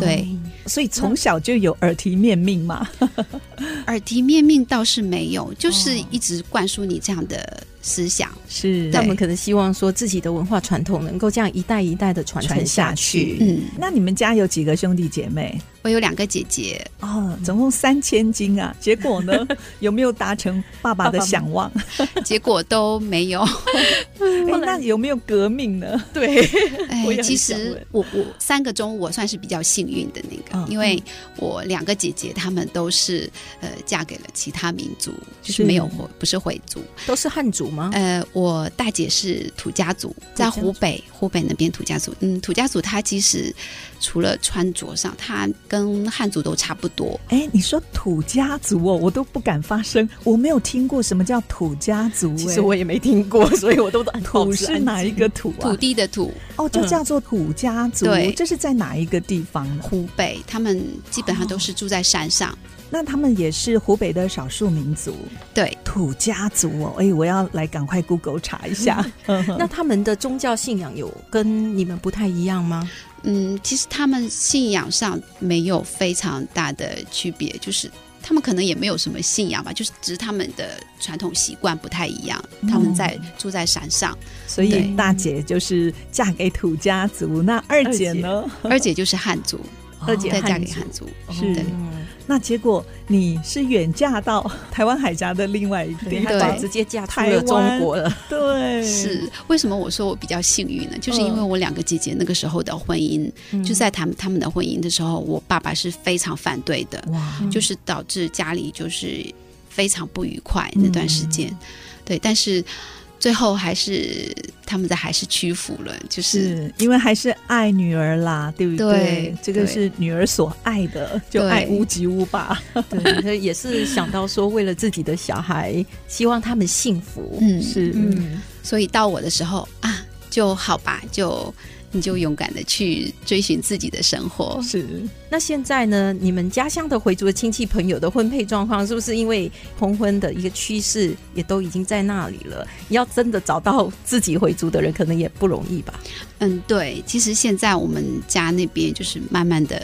Speaker 4: 对，
Speaker 2: 哦所以从小就有耳提面命嘛。
Speaker 4: 耳提面命倒是没有，就是
Speaker 2: 哦
Speaker 4: 一直灌输你这样的思想。
Speaker 2: 是
Speaker 1: 他
Speaker 4: 对
Speaker 1: 们可能希望说自己的文化传统能够这样一代一代的传承
Speaker 2: 传下去。
Speaker 1: 去。
Speaker 4: 嗯，
Speaker 2: 那你们家有几个兄弟姐妹？
Speaker 4: 我有两个姐姐，
Speaker 2: 哦，总共三千斤啊！结果呢，有没有达成爸爸的
Speaker 1: 爸爸
Speaker 2: 想望？
Speaker 4: 结果都没有。
Speaker 2: 哎
Speaker 1: 后来
Speaker 2: 那有没有革命呢？
Speaker 1: 对，
Speaker 4: 哎
Speaker 1: 我也，很
Speaker 4: 其
Speaker 1: 想
Speaker 4: 实
Speaker 1: 问
Speaker 4: 我我三个中我算是比较幸运的那个，
Speaker 2: 嗯
Speaker 4: 因为我两个姐姐她们都是呃嫁给了其他民族，就是
Speaker 2: 是
Speaker 4: 没有回不是回族。
Speaker 1: 都是汉族吗？
Speaker 4: 呃，我大姐是土家族，在湖北湖北那边土家族。嗯，土家族她其实除了穿着上，她跟汉族都差不多。
Speaker 2: 哎，你说土家族哦，我都不敢发声，我没有听过什么叫土家族、哎
Speaker 1: 其实我也没听过，所以我都 [LAUGHS]
Speaker 2: 土是哪一个土啊
Speaker 4: 土？地的土，
Speaker 2: 哦，就叫做土家族。
Speaker 4: 对
Speaker 2: 这是在哪一个地方呢？
Speaker 4: 湖北，他们基本上都是住在山上。
Speaker 2: 那他们也是湖北的少数民族，
Speaker 4: 对，
Speaker 2: 土家族哦。哎，我要来赶快 Google 查一
Speaker 4: 嗯
Speaker 2: 下。
Speaker 1: 那他们的宗教信仰有跟你们不太一样吗？
Speaker 4: 嗯，其实他们信仰上没有非常大的区别，就是他们可能也没有什么信仰吧，就是只是他们的传统习惯不太一样。他们在住在山上，
Speaker 2: [LAUGHS] 所以
Speaker 4: 对
Speaker 2: 大姐就是嫁给土家族，那二姐呢？
Speaker 4: 二姐就是汉族，
Speaker 1: 二姐
Speaker 4: 再嫁给
Speaker 1: 汉族
Speaker 4: 汉族。
Speaker 2: 是
Speaker 4: 对
Speaker 1: 嗯，
Speaker 2: 那结果你是远嫁到台湾海峡的另外一个地
Speaker 1: 对，
Speaker 2: 方，
Speaker 1: 她
Speaker 4: 对
Speaker 1: 直接嫁出了中国了。
Speaker 2: 对， [LAUGHS]
Speaker 4: 是为什么我说我比较幸运呢？就是因为我两个姐姐那个时候的婚姻，就在他们他们的婚姻的时候，我爸爸是非常反对的，
Speaker 2: 哇，
Speaker 4: 就是导
Speaker 2: 嗯
Speaker 4: 致家里就是非常不愉快那段时间。对，但是最后还是他们的还是屈服了，就是
Speaker 2: 是因为还是爱女儿啦，对不
Speaker 4: 对
Speaker 2: 这个
Speaker 4: 对
Speaker 2: 是女儿所爱的，就
Speaker 4: 对
Speaker 2: 爱屋及乌吧。
Speaker 1: [LAUGHS] 对，所以也是想到说，为了自己的小孩，希望他们幸福。
Speaker 4: 嗯，
Speaker 2: 是，
Speaker 1: 嗯，
Speaker 4: 所以到我的时候啊，就好吧，就你就勇敢的去追寻自己的生活。
Speaker 2: 是，
Speaker 1: 那现在呢？你们家乡的回族的亲戚朋友的婚配状况，是不是因为通婚的一个趋势也都已经在那里了？你要真的找到自己回族的人，可能也不容易吧？
Speaker 4: 嗯，对，其实现在我们家那边就是慢慢的，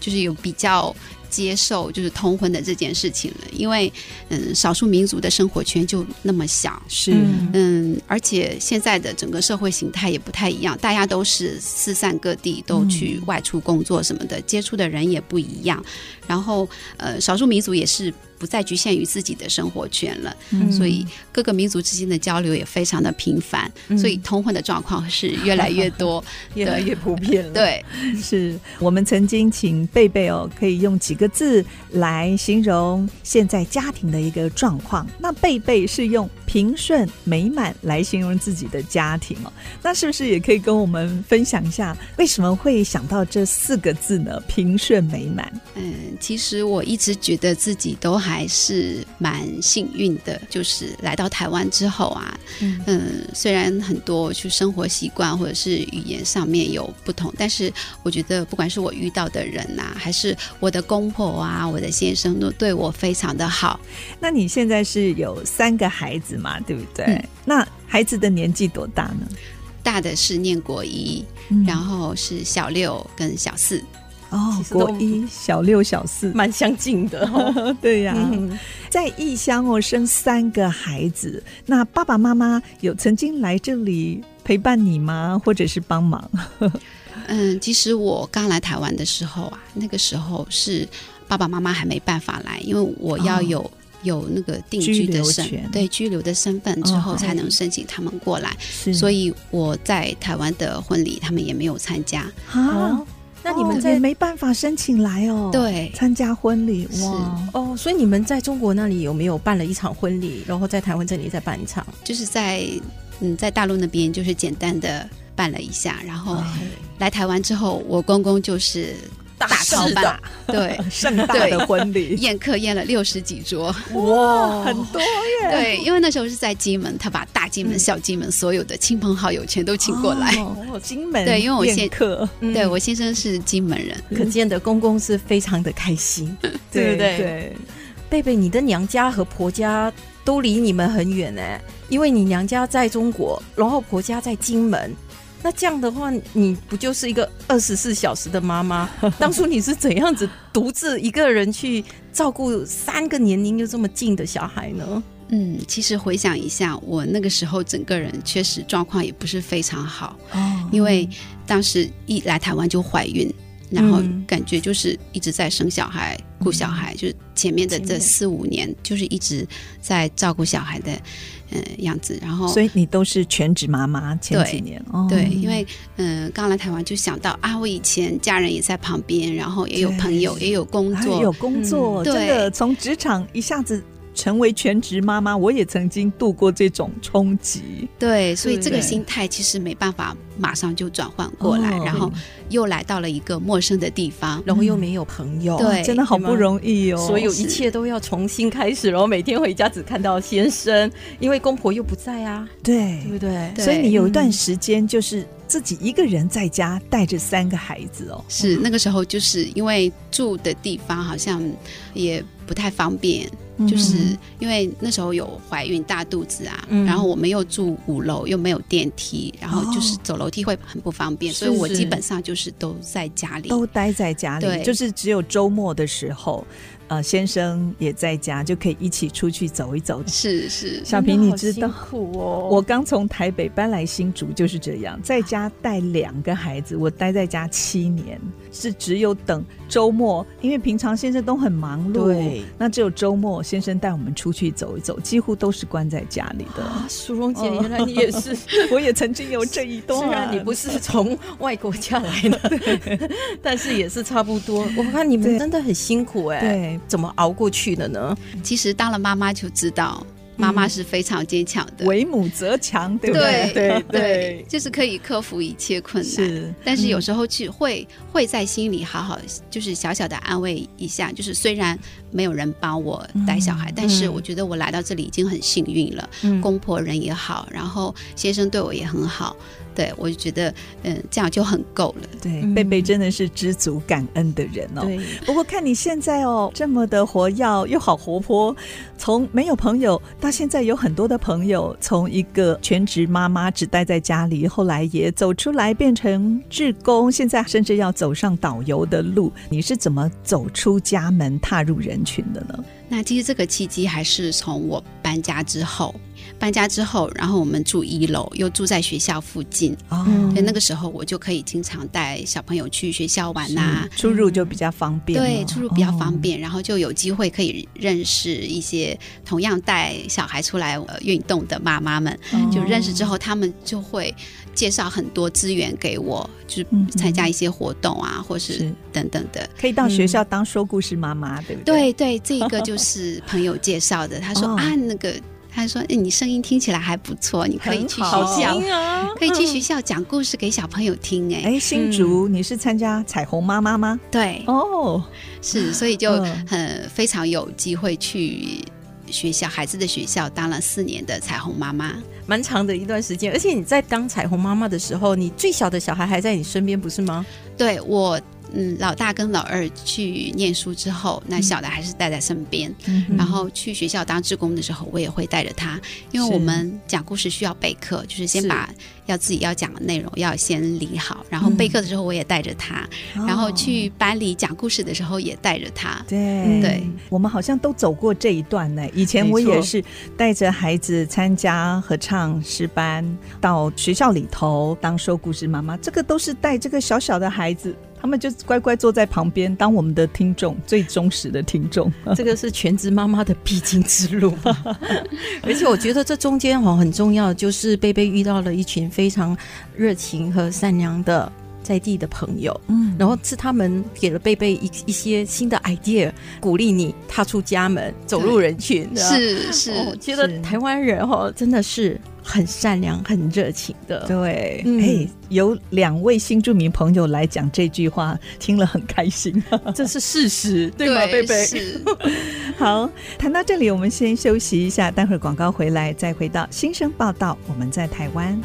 Speaker 4: 就是有比较接受就是通婚的这件事情了，因为嗯，少数民族的生活圈就那么小，
Speaker 2: 是
Speaker 1: 嗯
Speaker 4: 嗯，而且现在的整个社会形态也不太一样，大家都是四散各地，都去外出工作什么的，接触的人也不一样。然后，呃，少数民族也是不再局限于自己的生活圈了，
Speaker 2: 嗯
Speaker 4: 所以各个民族之间的交流也非常的频繁，所以通婚的状况是越来越多。
Speaker 1: 越来越普遍了。
Speaker 4: 对，
Speaker 2: 是我们曾经请贝贝哦，可以用几个字来形容现在家庭的一个状况。那贝贝是用平顺美满来形容自己的家庭哦，那是不是也可以跟我们分享一下，为什么会想到这四个字呢？平顺美满，
Speaker 4: 嗯，其实我一直觉得自己都还是蛮幸运的，就是来到台湾之后啊，
Speaker 1: 嗯
Speaker 4: 嗯虽然很多去生活习惯或者是语言上面有不同，但是我觉得不管是我遇到的人呐、还是我的公婆啊，我的先生都对我非常的好。
Speaker 2: 那你现在是有三个孩子嘛，对不对？
Speaker 4: 嗯
Speaker 2: 那孩子的年纪多大呢？
Speaker 4: 大的是念国一，
Speaker 2: 嗯
Speaker 4: 然后是小六跟小四，
Speaker 2: 哦
Speaker 1: 其，实都
Speaker 2: 国一、小六、小四，
Speaker 1: [LAUGHS] 蛮相近的、
Speaker 2: [LAUGHS] 对呀、
Speaker 1: 哦 [LAUGHS] 嗯
Speaker 2: 在异乡哦生三个孩子，那爸爸妈妈有曾经来这里陪伴你吗？或者是帮忙？
Speaker 4: 嗯，其实我刚来台湾的时候啊，那个时候是爸爸妈妈还没办法来，因为我要
Speaker 2: 哦
Speaker 4: 有、有那个定
Speaker 2: 居
Speaker 4: 居的
Speaker 2: 留
Speaker 4: 身
Speaker 2: 权
Speaker 4: 对居留的身份之
Speaker 2: 哦
Speaker 4: 后，才
Speaker 2: 嗨
Speaker 4: 能申请他们过来。
Speaker 2: 是
Speaker 4: 所
Speaker 2: 以
Speaker 4: 以我在台湾的婚礼，他们也没有参加。
Speaker 2: 啊，
Speaker 1: 哦，那你们
Speaker 2: 哦
Speaker 1: 在
Speaker 2: 也没办法申请来哦，，
Speaker 4: 对，
Speaker 2: 参加婚礼
Speaker 4: 是
Speaker 2: 哇，。
Speaker 1: 哦，所以你们在中国那里有没有办了一场婚礼，然后在台湾这里再办一场？
Speaker 4: 就是在嗯，在大陆那边就是简单的办了一下，然后来台湾之后，我公公就是
Speaker 1: 大
Speaker 4: 操
Speaker 1: 事
Speaker 4: 办，对
Speaker 2: [LAUGHS] 盛大的婚礼
Speaker 4: 宴客宴了六十几桌，
Speaker 1: 哇，
Speaker 2: 很
Speaker 1: [LAUGHS]
Speaker 2: 多耶，
Speaker 4: 对，因为那时候是在金门，他把大金门、小金门所有的亲朋好友全都请过来。
Speaker 2: 哦金门
Speaker 4: 对因为我
Speaker 2: 宴
Speaker 4: 现
Speaker 2: 客，
Speaker 1: 嗯
Speaker 4: 对我先生是金门人，
Speaker 1: 可见的公公是非常的开心。 [LAUGHS] 对不对
Speaker 2: 对，
Speaker 1: 贝贝，你的娘家和婆家都离你们很远哎、因为你娘家在中国，然后婆家在金门。那这样的话，你不就是一个二十四小时的妈
Speaker 4: [LAUGHS]
Speaker 1: 妈？当初你是怎样子独自一个人去照顾三个年龄又这么近的小孩呢？
Speaker 4: 嗯，其实回想一下，我那个时候整个人确实状况也不是非常好，
Speaker 2: 哦
Speaker 4: 因为当时一来台湾就怀孕，然后
Speaker 1: 嗯
Speaker 4: 感觉就是一直在生小孩、顾小孩，就是前面的
Speaker 1: 前
Speaker 4: 这
Speaker 1: 面
Speaker 4: 四五年就是一直在照顾小孩的嗯、呃样子，然后
Speaker 2: 所以你都是全职妈妈前几
Speaker 4: 对
Speaker 2: 年哦，
Speaker 4: 对，因为嗯、呃刚来台湾就想到啊，我以前家人也在旁边，然后也有
Speaker 2: 对
Speaker 4: 朋友，也有工
Speaker 2: 还
Speaker 4: 作，
Speaker 2: 哎有工作，
Speaker 4: 嗯
Speaker 2: 真的
Speaker 4: 对
Speaker 2: 从职场一下子成为全职妈妈，我也曾经度过这种冲击。
Speaker 4: 对，所以这个
Speaker 2: 对
Speaker 4: 心态其实没办法马上就转换过来，
Speaker 2: 哦
Speaker 4: 然后又来到了一个陌生的地方。
Speaker 1: 然后又没有朋友，
Speaker 4: 嗯对
Speaker 2: 真的好不容易哦。
Speaker 1: 所有
Speaker 4: 是
Speaker 1: 一切都要重新开始，然后每天回家只看到先生，因为公婆又不在啊，
Speaker 2: 对
Speaker 1: 对不嗯对？
Speaker 4: 对
Speaker 2: 所以你有一段时间就是自己一个人在家带着三个孩子哦。
Speaker 4: 是那个时候，就是因为住的地方好像也不太方便，
Speaker 2: 嗯
Speaker 4: 就是因为那时候有怀孕大肚子啊，
Speaker 1: 嗯
Speaker 4: 然后我们又住五楼，又没有电梯，然后就是
Speaker 2: 哦
Speaker 4: 走楼梯会很不方便，
Speaker 1: 是
Speaker 4: 所以我
Speaker 1: 是
Speaker 4: 基本上就是都在家里。
Speaker 2: 都待在家里，
Speaker 4: 对
Speaker 2: 就是只有周末的时候，呃，先生也在家，就可以一起出去走一走。
Speaker 4: 是是，
Speaker 2: 小平，你知道
Speaker 1: 啊真的好辛苦哦，
Speaker 2: 我刚从台北搬来新竹就是这样，在家带两个孩子，我待在家七年，是只有等周末，因为平常先生都很忙碌，
Speaker 1: 对，
Speaker 2: 那只有周末先生带我们出去走一走，几乎都是关在家里
Speaker 1: 啊
Speaker 2: 的。，
Speaker 1: 苏荣姐，
Speaker 2: 哦
Speaker 1: 原来你也是，
Speaker 2: [LAUGHS]
Speaker 1: 虽
Speaker 2: 我也曾经有这一段，
Speaker 1: 然你不是从外国嫁来 [LAUGHS] 的，但是也是差不多。我看你们
Speaker 2: 对
Speaker 1: 真的很辛苦哎、
Speaker 2: 对
Speaker 1: 怎么熬过去的呢？
Speaker 4: 其实当了妈妈就知道，妈
Speaker 2: 嗯
Speaker 4: 妈是非常坚强的。
Speaker 2: 为母则强，对不
Speaker 4: 对
Speaker 2: 对
Speaker 4: 对，就是可以克服一切困难。
Speaker 2: 是，
Speaker 4: 但是有时候去会会在心里好好，就是小小的安慰一下，就是虽然没有人帮我
Speaker 2: 嗯
Speaker 4: 带小孩，但是我觉得我来到这里已经很幸运了，
Speaker 1: 嗯
Speaker 4: 公婆人也好，然后先生对我也很好，对我就觉得嗯这样就很够了。
Speaker 2: 对，
Speaker 1: 嗯
Speaker 2: 贝贝真的是知足感恩的人哦。
Speaker 1: 对，
Speaker 2: 不过看你现在哦，这么的活跃又好活泼，从没有朋友到现在有很多的朋友，从一个全职妈妈只待在家里，后来也走出来变成志工，现在甚至要走上导游的路。你是怎么走出家门踏入人群的呢？
Speaker 4: 那其实这个契机还是从我搬家之后，搬家之后，然后我们住一楼，又住在学校附近，
Speaker 2: 哦，
Speaker 1: 嗯
Speaker 4: 所以那个时候我就可以经常带小朋友去学校玩呐、
Speaker 2: 是出入就比较方便了，
Speaker 4: 对，出入比较方
Speaker 2: 哦。
Speaker 4: 便，然后就有机会可以认识一些同样带小孩出来呃运动的妈妈
Speaker 2: 哦
Speaker 4: 们，就认识之后，他们就会介绍很多资源给我，就是
Speaker 2: 嗯
Speaker 4: 参加一些活动啊，或是
Speaker 2: 是
Speaker 4: 等等的。
Speaker 2: 可以到学
Speaker 4: 嗯
Speaker 2: 校当说故事妈妈，对不对？
Speaker 4: 对对，这个就是朋友介绍的，他说、
Speaker 2: 哦
Speaker 4: 啊，那个他说、哎你声音听起来还不错，你可以
Speaker 2: 很
Speaker 4: 去
Speaker 2: 好嗯
Speaker 4: 学校，
Speaker 1: 啊，
Speaker 4: 可以去学校讲故事给小朋友听、哎、
Speaker 2: 哎，新竹，你是参加彩虹妈妈吗？
Speaker 4: 对，
Speaker 2: 哦，
Speaker 4: 是，所以就
Speaker 2: 嗯
Speaker 4: 很非常有机会去学校孩子的学校当了四年的彩虹妈妈。
Speaker 1: 蛮长的一段时间。而且你在当彩虹妈妈的时候，你最小的小孩还在你身边，不是吗？
Speaker 4: 对我，嗯，老大跟老二去念书之后，那
Speaker 2: 嗯
Speaker 4: 小的还是带在身边。
Speaker 1: 嗯
Speaker 4: 然后去学校当志工的时候，我也会带着他，因为
Speaker 2: 是
Speaker 4: 我们讲故事需要备课，就是先
Speaker 1: 是
Speaker 4: 把要自己要讲的内容要先理好，然后
Speaker 2: 嗯
Speaker 4: 备课的时候我也带着他，
Speaker 2: 哦
Speaker 4: 然后去
Speaker 1: 哦
Speaker 4: 班里讲故事的时候也带着他。
Speaker 2: 对
Speaker 4: 对，
Speaker 2: 我们好像都走过这一段呢。以前我
Speaker 1: 没错
Speaker 2: 也是带着孩子参加合唱诗班，到学校里头当说故事妈妈，这个都是带这个小小的孩子，他们就乖乖坐在旁边当我们的听众，最忠实的听众。
Speaker 1: 这个是全职妈妈的必经之 [LAUGHS] 路吧。而且我觉得这中间哦很重要，就是贝贝遇到了一群非常热情和善良的在地的朋友，
Speaker 2: 嗯
Speaker 1: 然后是他们给了贝贝一一些新的 idea，鼓励你踏出家门，走入人群。
Speaker 4: 是是，
Speaker 1: 哦我觉得
Speaker 2: 是
Speaker 1: 台湾人哦真的是很善良、很热情的。
Speaker 2: 对，
Speaker 1: 嗯
Speaker 2: 哎，有两位新著名朋友来讲这句话，听了很开心。啊
Speaker 1: [LAUGHS] 这是事
Speaker 2: [LAUGHS]
Speaker 1: 实，对
Speaker 4: 对
Speaker 1: 吗，贝贝？
Speaker 4: 是。
Speaker 2: 好，谈到这里，我们先休息一下，待会儿广告回来再回到新生报道。我们在台湾。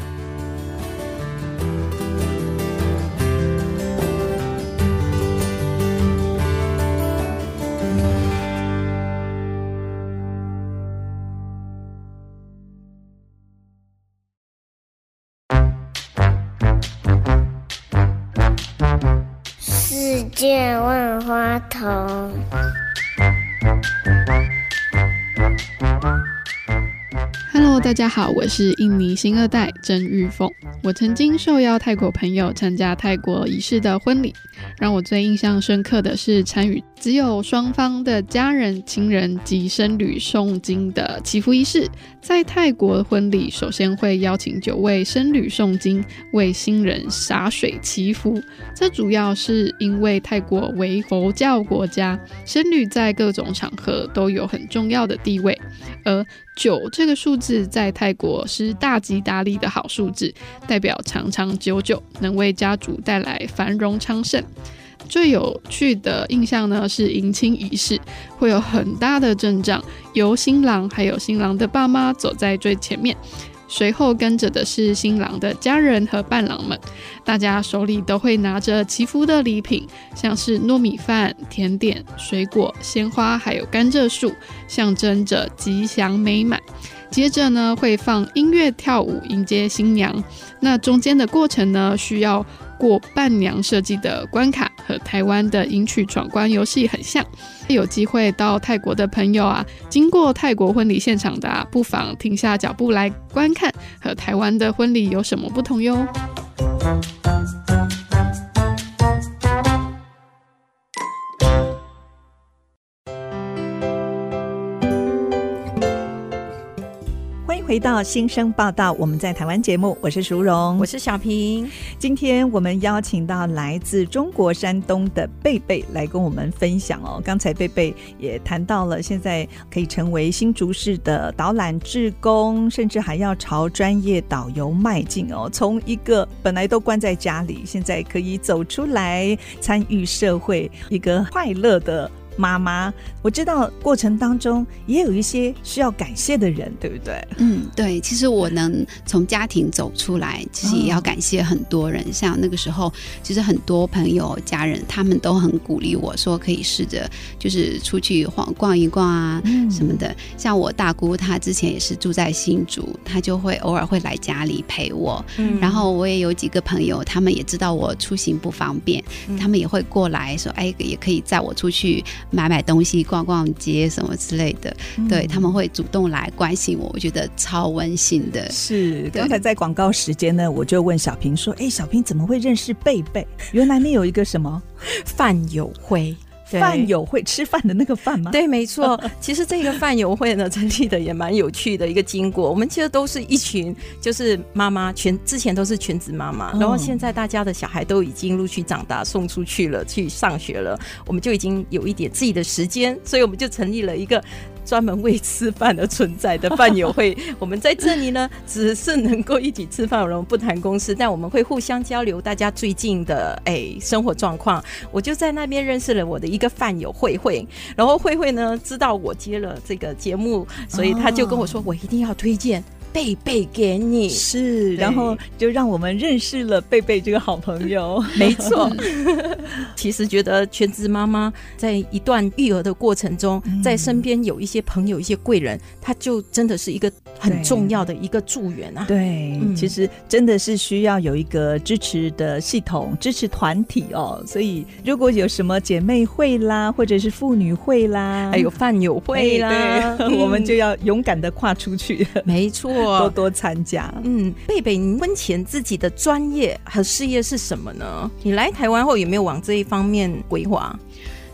Speaker 5: 世界万花筒。
Speaker 6: Hello，大家好，我是印尼新二代甄玉凤。我曾经受邀泰国朋友参加泰国仪式的婚礼，让我最印象深刻的是参与只有双方的家人、亲人及僧侣诵经的祈福仪式。在泰国婚礼，首先会邀请九位僧侣诵经，为新人洒水祈福。这主要是因为泰国为佛教国家，僧侣在各种场合都有很重要的地位。而九这个数字在泰国是大吉大利的好数字，代表长长久久，能为家族带来繁荣昌盛。最有趣的印象呢是迎亲仪式，会有很大的阵仗，由新郎还有新郎的爸妈走在最前面，随后跟着的是新郎的家人和伴郎们，大家手里都会拿着祈福的礼品，像是糯米饭、甜点、水果、鲜花，还有甘蔗树。象征着吉祥美满。接着呢，会放音乐跳舞迎接新娘。那中间的过程呢，需要过伴娘设计的关卡，和台湾的迎娶闯关游戏很像。有机会到泰国的朋友啊，经过泰国婚礼现场的、啊，不妨停下脚步来观看和台湾的婚礼有什么不同哟。
Speaker 2: 欢迎回回到新生报道，我们在台湾节目，我是淑荣，
Speaker 1: 我是小平。
Speaker 2: 今天我们邀请到来自中国山东的贝贝来跟我们分享哦。刚才贝贝也谈到了，现在可以成为新竹市的导览志工，甚至还要朝专业导游迈进哦。从一个本来都关在家里，现在可以走出来参与社会，一个快乐的。妈妈，我知道过程当中也有一些需要感谢的人，对不对？
Speaker 4: 嗯，对，其实我能从家庭走出来，其实也要感谢很多人。像那个时候，其实很多朋友、家人，他们都很鼓励我说，可以试着就是出去晃逛一逛啊、
Speaker 2: 嗯
Speaker 4: 什么的。像我大姑，她之前也是住在新竹，她就会偶尔会来家里陪我。
Speaker 1: 嗯
Speaker 4: 然后我也有几个朋友，他们也知道我出行不方便，
Speaker 1: 嗯
Speaker 4: 他们也会过来说，哎，也可以载我出去买买东西、逛逛街什么之类的。
Speaker 2: 嗯
Speaker 4: 对，他们会主动来关心我，我觉得超温馨的。
Speaker 2: 是，
Speaker 4: 对
Speaker 2: 刚才在广告时间呢，我就问小平说：“哎，小平怎么会认识贝贝？原来你有一个什么
Speaker 1: 饭友会，对
Speaker 2: 饭友会吃饭的那个饭吗？”，
Speaker 1: 对，没错。 [LAUGHS] 其实这个饭友会呢，成立的也蛮有趣的一个经过。我们其实都是一群，就是妈妈全之前都是全职妈妈，然后
Speaker 2: 哦
Speaker 1: 现在大家的小孩都已经陆续长大，送出去了，去上学了，我们就已经有一点自己的时间，所以我们就成立了一个。专门为吃饭而存在的饭友会，我们在这里呢，只是能够一起吃饭，我们不谈公事，但我们会互相交流大家最近的哎生活状况。我就在那边认识了我的一个饭友慧慧，然后慧慧呢知道我接了这个节目，所以她就跟我说，我一定要推荐贝贝给你。
Speaker 2: 是，
Speaker 1: 对
Speaker 2: 然后就让我们认识了贝贝这个好朋友。
Speaker 1: [LAUGHS] 没错，其实觉得全职妈妈在一段育儿的过程中，在身边有一些朋友、一些贵人，她就真的是一个很
Speaker 2: 对
Speaker 1: 重要的一个助缘啊。
Speaker 2: [LAUGHS] 对，
Speaker 1: 嗯
Speaker 2: 其实真的是需要有一个支持的系统、支持团体哦。所以，如果有什么姐妹会啦，或者是妇女会啦，
Speaker 1: 还有哎饭友会啦，
Speaker 2: 哎对 [LAUGHS]
Speaker 1: 嗯
Speaker 2: 我们就要勇敢的跨出
Speaker 1: [LAUGHS]
Speaker 2: 去，
Speaker 1: 没错，
Speaker 2: 多多参加。
Speaker 1: 嗯，贝贝，你婚前自己的专业和事业是什么呢？你来台湾后有没有往这一方面规划？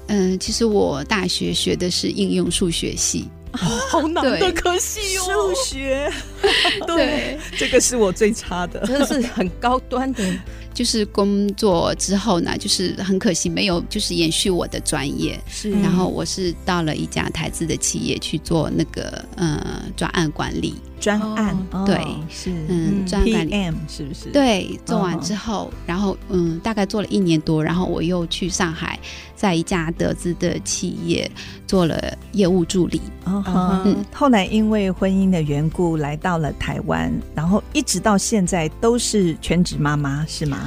Speaker 4: 嗯，其实我大学学的是应用数学系，
Speaker 1: 好难
Speaker 4: 对
Speaker 1: 科系
Speaker 2: 数
Speaker 4: [LAUGHS]
Speaker 2: 学，
Speaker 4: 哦对，
Speaker 2: 这个是我最差的。
Speaker 1: 真的是很高端的。
Speaker 4: 就是工作之后呢，就是很可惜没有就是延续我的专业，
Speaker 2: 是
Speaker 4: 然后我是到了一家台资的企业去做那个呃专案管理，
Speaker 2: 专案，
Speaker 4: 哦
Speaker 2: 哦
Speaker 4: 对
Speaker 2: 是
Speaker 4: 嗯，
Speaker 1: 嗯
Speaker 4: 专案管理。
Speaker 2: PM 是不是？，
Speaker 4: 对，做
Speaker 2: 嗯
Speaker 4: 完之后，然后嗯，大概做了一年多，然后我又去上海，在一家德资的企业做了业务助理。
Speaker 2: 哦哈。
Speaker 1: [LAUGHS] 嗯
Speaker 2: 后来因为婚姻的缘故来到了台湾，然后一直到现在都是全职妈妈，是吗？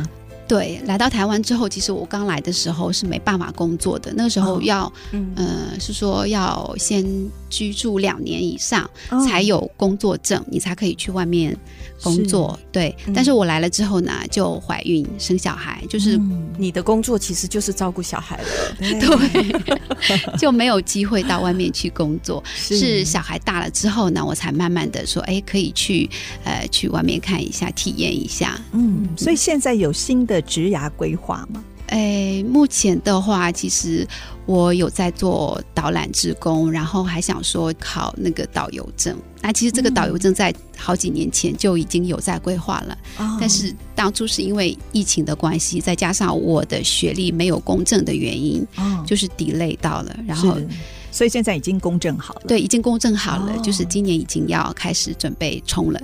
Speaker 4: 对，来到台湾之后，其实我刚来的时候是没办法工作的，那个时候
Speaker 2: 哦
Speaker 4: 要、
Speaker 1: 嗯
Speaker 4: 呃是说要先居住两年以上、
Speaker 2: 哦
Speaker 4: 才有工作证，你才可以去外面工作。对，
Speaker 2: 嗯
Speaker 4: 但是我来了之后呢，就怀孕生小孩，就是、
Speaker 2: 嗯
Speaker 1: 你的工作其实就是照顾小孩了。
Speaker 4: [LAUGHS] 对， [LAUGHS] 就没有机会到外面去工作。
Speaker 2: 是
Speaker 4: 是小孩大了之后呢，我才慢慢的说，哎，可以去呃去外面看一下，体验一下。
Speaker 2: 嗯，所以现在有新的职涯规划吗？
Speaker 4: 哎，目前的话，其实我有在做导览志工，然后还想说考那个导游证。那其实这个导游证在好几年前就已经有在规划了，
Speaker 2: 哦
Speaker 4: 但是当初是因为疫情的关系，再加上我的学历没有公证的原因，
Speaker 2: 哦
Speaker 4: 就是 delay 到了，然后
Speaker 2: 是所以现在已经公证好了。
Speaker 4: 对，已经公证好了，
Speaker 2: 哦
Speaker 4: 就是今年已经要开始准备冲了。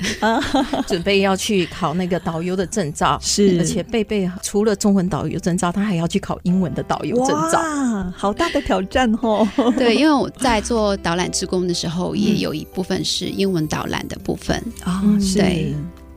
Speaker 1: 准备要去考那个导游的证照，
Speaker 2: 是
Speaker 1: 而且贝贝除了中文导游证照，他还要去考英文的导游证照。
Speaker 2: 哇，好大的挑战哦！
Speaker 4: [LAUGHS] 对，因为我在做导览志工的时
Speaker 2: 嗯
Speaker 4: 候，也有一部分是英文导览的部分。
Speaker 2: 啊、
Speaker 1: 嗯
Speaker 2: 是。
Speaker 4: 对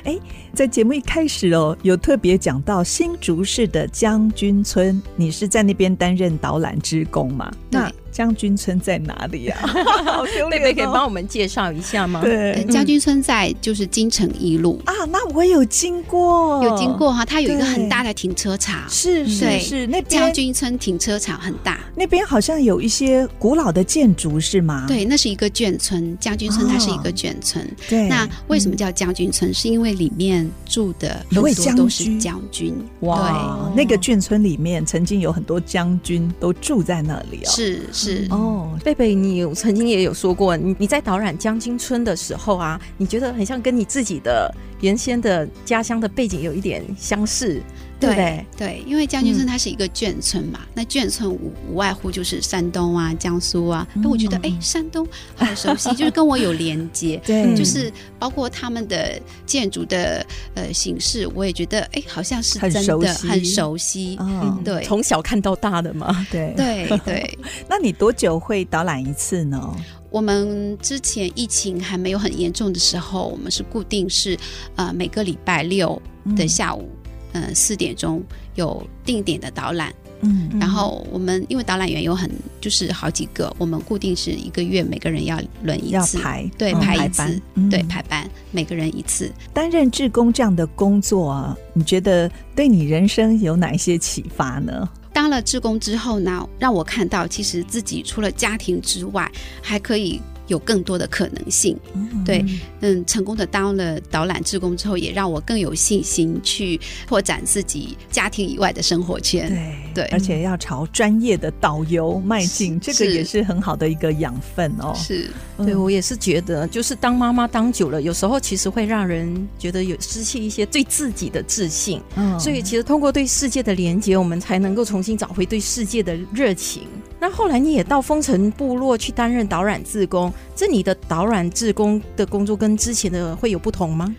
Speaker 2: 哎，在节目一开始哦，有特别讲到新竹市的将军村，你是在那边担任导览职工嘛？
Speaker 4: 对
Speaker 2: 那将军村在哪里
Speaker 4: [LAUGHS]
Speaker 2: 呀、好丢
Speaker 1: 贝
Speaker 2: 脸、哦！
Speaker 1: 贝可以帮我们介绍一下吗？
Speaker 4: 呃
Speaker 2: 对
Speaker 4: 将军村在就是京城一路，
Speaker 2: 啊，那我有经过，
Speaker 4: 有经过哈，它有一个
Speaker 2: 对
Speaker 4: 很大的停车场，
Speaker 2: 是，是
Speaker 4: 对
Speaker 2: 是那
Speaker 4: 将
Speaker 2: 边
Speaker 4: 军村停车场很大。
Speaker 2: 那边好像有一些古老的建筑是吗？
Speaker 4: 对，那是一个眷村，将军村它是一个
Speaker 2: 哦
Speaker 4: 眷村。
Speaker 2: 对，
Speaker 4: 那为什么叫将军村？是因为里面住的很
Speaker 2: 为
Speaker 4: 多都是
Speaker 2: 将军
Speaker 4: 将军，
Speaker 2: 哇，那个眷村里面曾经有很多将军都住在那里
Speaker 4: 对，
Speaker 2: 哦。
Speaker 4: 是是是
Speaker 2: 哦，。
Speaker 1: 贝贝，你有曾经也有说过，你你在导览江津村的时候啊，你觉得很像跟你自己的原先的家乡的背景有一点相似，对不对？
Speaker 4: 对，因为将军村它是一个眷村嘛，那眷村无无外乎就是山东啊、江苏啊。那我觉得，哎、山东好熟悉，就是跟我有连接
Speaker 2: 对，
Speaker 4: 就是包括他们的建筑的呃形式，我也觉得哎，好像是
Speaker 2: 很
Speaker 4: 真
Speaker 2: 熟
Speaker 4: 的
Speaker 2: 悉
Speaker 4: 很熟悉。
Speaker 2: 嗯，
Speaker 4: 对
Speaker 1: 从小看到大的嘛。
Speaker 2: 对。
Speaker 4: 对对，
Speaker 2: 那你多久会导览一次呢？
Speaker 4: 我们之前疫情还没有很严重的时候，我们是固定是呃每个礼拜六的
Speaker 2: 嗯
Speaker 4: 下午，嗯四、点钟有定点的导览。
Speaker 2: 嗯
Speaker 4: 然后我们因为导览员有很就是好几个，我们固定是一个月每个人要轮一
Speaker 2: 要
Speaker 4: 次，
Speaker 2: 排
Speaker 4: 对
Speaker 2: 嗯
Speaker 4: 排一
Speaker 2: 班
Speaker 4: 次
Speaker 2: 嗯
Speaker 4: 对排班，每个人一次。
Speaker 2: 担任志工这样的工作啊，你觉得对你人生有哪一些启发呢？
Speaker 4: 当了志工之后呢，让我看到其实自己除了家庭之外，还可以有更多的可能性。对，嗯，成功的当了导览志工之后，也让我更有信心去拓展自己家庭以外的生活圈。
Speaker 2: 对
Speaker 4: 嗯对
Speaker 2: 而且要朝专业的导游迈进，这
Speaker 4: 是
Speaker 2: 个也是很好的一个养分哦。
Speaker 4: 是，
Speaker 2: 嗯
Speaker 1: 对我也是觉得，就是当妈妈当久了，有时候其实会让人觉得有失去一些对自己的自信。
Speaker 2: 嗯
Speaker 1: 所以其实通过对世界的连接，我们才能够重新找回对世界的热情。那后来你也到丰城部落去担任导览志工，这你的导览志工的工作跟之前的会有不同吗？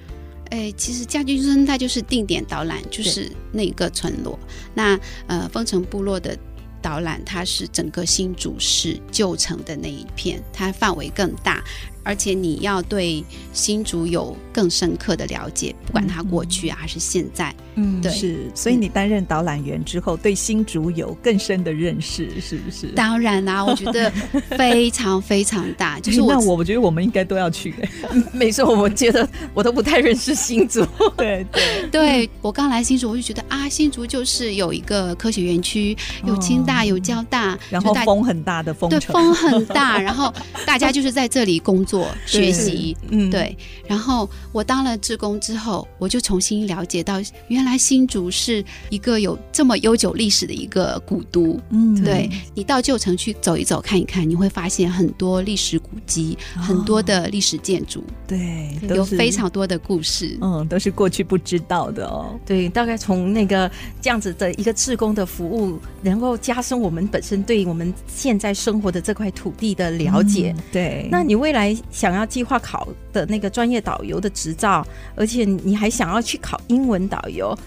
Speaker 4: 哎，其实家居村它就是定点导览，就是那个村落。那呃，丰城部落的导览，它是整个新竹市旧城的那一片，它范围更大，而且你要对新竹有更深刻的了解，不管它过去啊
Speaker 2: 嗯
Speaker 4: 还是现在。
Speaker 1: 嗯
Speaker 4: 对
Speaker 2: 是，所以你担任导览员之后，对新竹有更深的认识，是不是？
Speaker 4: 当然啦、我觉
Speaker 2: [LAUGHS]
Speaker 4: 得非常非常大，就是
Speaker 2: 哎
Speaker 4: 我
Speaker 2: 那我觉得我们应该都要
Speaker 4: [LAUGHS]
Speaker 2: 去。哎
Speaker 1: 没错，我觉得我都不太认识新竹。
Speaker 2: 对对，
Speaker 4: 对我刚来新竹，我就觉得啊，新竹就是有一个科学园区，有清大，
Speaker 2: 哦
Speaker 4: 有交大，
Speaker 2: 然
Speaker 4: 就
Speaker 2: 后
Speaker 4: 大
Speaker 2: 风很大的风
Speaker 4: 对，
Speaker 2: 城，
Speaker 4: 风很大，然后大家就是在这里工
Speaker 2: [LAUGHS]
Speaker 4: 作、学习，
Speaker 1: 嗯，
Speaker 4: 对。然后我当了志工之后，我就重新了解到，原来新竹是一个有这么悠久历史的一个古都。
Speaker 2: 嗯
Speaker 4: 对你到旧城去走一走、看一看，你会发现很多历史古迹、
Speaker 2: 哦
Speaker 4: 很多的历史建筑，
Speaker 2: 对，
Speaker 4: 有
Speaker 2: 都是
Speaker 4: 非常多的故事。
Speaker 2: 嗯，都是过去不知道的哦。
Speaker 1: 对，大概从那个这样子的一个志工的服务，能够加深我们本身对我们现在生活的这块土地的了解。
Speaker 2: 嗯对，
Speaker 1: 那你未来想要计划考的那个专业导游的执照，而且你还想要去考英文导游，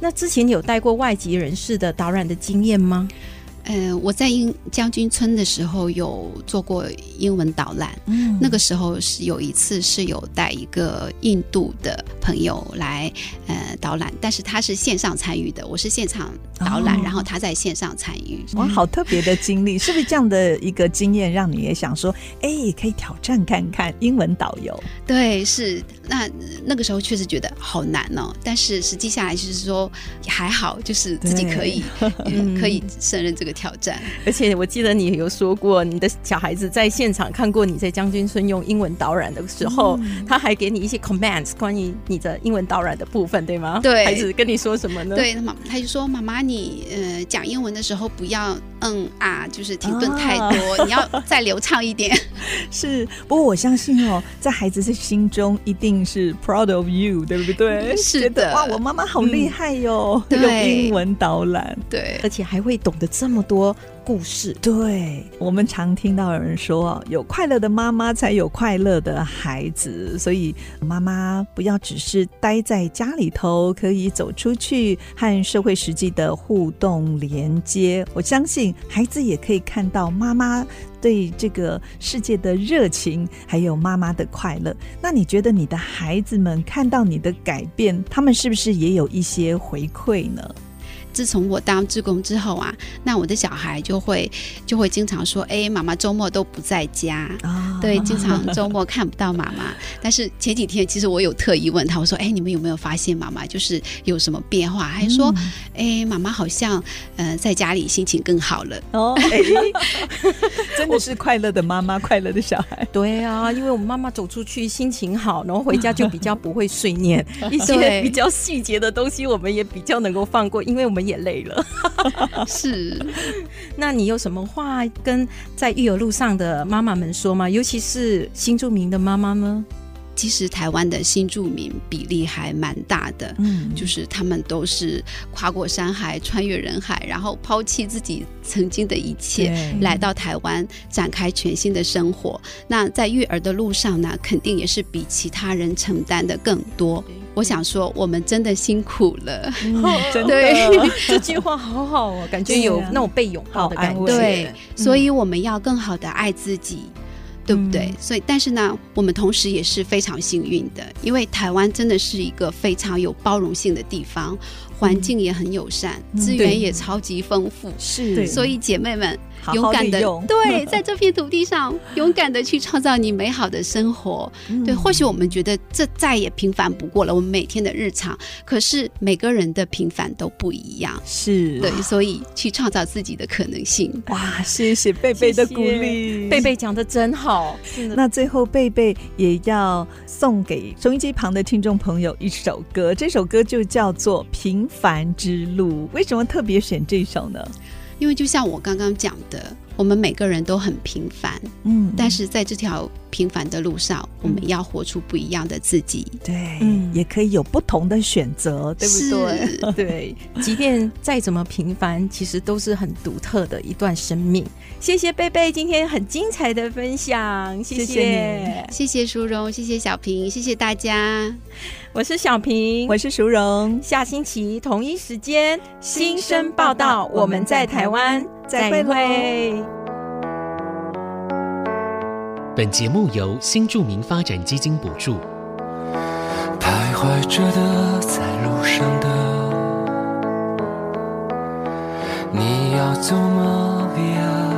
Speaker 1: 那之前你有带过外籍人士的导览的经验吗？
Speaker 4: 呃，我在英将军村的时候有做过英文导览，
Speaker 2: 嗯
Speaker 4: 那个时候是有一次是有带一个印度的朋友来呃导览，但是他是线上参与的，我是现场导览，
Speaker 2: 哦
Speaker 4: 然后他在线上参与。
Speaker 2: 哇，好特别的经历，是不是这样的一个经验让你也想说，哎，可以挑战看看英文导游？
Speaker 4: 对，是那那个时候确实觉得好难哦，但是实际下来就是说还好，就是自己可以、 [LAUGHS]
Speaker 2: [LAUGHS]
Speaker 4: 嗯、可以胜任这个挑战。
Speaker 1: 而且我记得你有说过，你的小孩子在现场看过你在将军村用英文导览的时候，他还给你一些 commands 关于你的英文导览的部分，对吗？
Speaker 4: 对
Speaker 1: 孩子跟你说什么呢？，
Speaker 4: 对，妈他就说妈妈你呃讲英文的时候不要嗯啊，就是停顿太
Speaker 2: 啊
Speaker 4: 多，你要再流畅一点。 [LAUGHS]
Speaker 2: 是，不过我相信哦，在孩子的心中一定是 proud of you，对不对？
Speaker 4: 是
Speaker 2: 觉得
Speaker 4: 的
Speaker 2: 哇，我妈妈好厉害哟、用
Speaker 4: 对
Speaker 2: 英文导览。
Speaker 4: 对
Speaker 1: 而且还会懂得这么多故事。
Speaker 2: 对我们常听到有人说，有快乐的妈妈才有快乐的孩子，所以妈妈不要只是待在家里头，可以走出去和社会实际的互动连接。我相信孩子也可以看到妈妈对这个世界的热情，还有妈妈的快乐。那你觉得你的孩子们看到你的改变，他们是不是也有一些回馈呢？
Speaker 4: 自从我当志工之后啊，那我的小孩就会就会经常说：“哎，妈妈周末都不在家。”
Speaker 2: 啊
Speaker 4: 对，经常周末看不到妈妈。 [LAUGHS] 但是前几天其实我有特意问他，我说：“哎，你们有没有发现妈妈就是有什么变化？”还
Speaker 2: 嗯
Speaker 4: 说：“哎、妈妈好像呃在家里心情更好了。
Speaker 2: 哦，
Speaker 1: [LAUGHS]
Speaker 2: 哎，真的是快乐的妈妈，快乐的小孩。
Speaker 1: 对啊，因为我们妈妈走出去心情好，然后回家就比较不会
Speaker 2: [LAUGHS]
Speaker 1: 碎念，一些
Speaker 4: 对
Speaker 1: 比较细节的东西我们也比较能够放过，因为我们也累了。
Speaker 4: 是，
Speaker 1: 那你有什么话跟在育儿路上的妈妈们说吗？尤其是新住民的妈妈们？
Speaker 4: 其实台湾的新住民比例还蛮大的，
Speaker 2: 嗯，
Speaker 4: 就是他们都是跨过山海、穿越人海，然后抛弃自己曾经的一切，
Speaker 2: 对
Speaker 4: 来到台湾展开全新的生活。那在育儿的路上呢，肯定也是比其他人承担的更多。我想说，我们真的辛苦了。
Speaker 2: 真的
Speaker 4: 对
Speaker 1: 这句话好好哦，感觉
Speaker 2: 对啊
Speaker 1: 有那种被拥抱的感
Speaker 2: 好安慰
Speaker 1: 觉。
Speaker 4: 对，所以我们要更好的爱自己。对不对
Speaker 1: 嗯？
Speaker 4: 所以，但是呢，我们同时也是非常幸运的，因为台湾真的是一个非常有包容性的地方，环境也很友善，
Speaker 2: 嗯
Speaker 4: 资
Speaker 2: 对
Speaker 4: 源也超级丰富。
Speaker 2: 对
Speaker 1: 是
Speaker 4: 所以，姐妹们，
Speaker 2: 好
Speaker 4: 勇
Speaker 2: 好
Speaker 4: 敢
Speaker 2: 利
Speaker 4: 的
Speaker 2: 用 [LAUGHS]
Speaker 4: 对，在这片土地上勇敢的去创造你美好的生活。
Speaker 2: 嗯
Speaker 4: 对，或许我们觉得这再也平凡不过了，我们每天的日常。可是每个人的平凡都不一样，
Speaker 2: 是
Speaker 4: 对，所以去创造自己的可能性。
Speaker 2: 哇，谢谢贝贝的鼓励，
Speaker 1: 贝。贝讲的真好，真的
Speaker 2: 那最后，贝贝也要送给收音机旁的听众朋友一首歌，这首歌就叫做《平凡之路》。为什么特别选这首呢？
Speaker 4: 因为就像我刚刚讲的，我们每个人都很平凡，
Speaker 2: 嗯
Speaker 4: 但是在这条平凡的路上，我们要活出不一样的自己。
Speaker 2: 对，
Speaker 1: 嗯
Speaker 2: 也可以有不同的选择，对不对？
Speaker 4: 是
Speaker 1: 对，即便再怎么平凡，其实都是很独特的一段生命。谢谢贝贝今天很精彩的分享，谢
Speaker 2: 谢谢
Speaker 4: 谢谢淑荣，谢谢小平，谢谢大家。
Speaker 1: 我是小平，
Speaker 2: 我是淑荣，
Speaker 1: 下星期同一时间新生报道，我们在台湾
Speaker 2: 再会喽
Speaker 1: 会。
Speaker 7: 本节目由新著名发展基金补助。
Speaker 8: 徘徊着的，在路上的，你要走吗？Via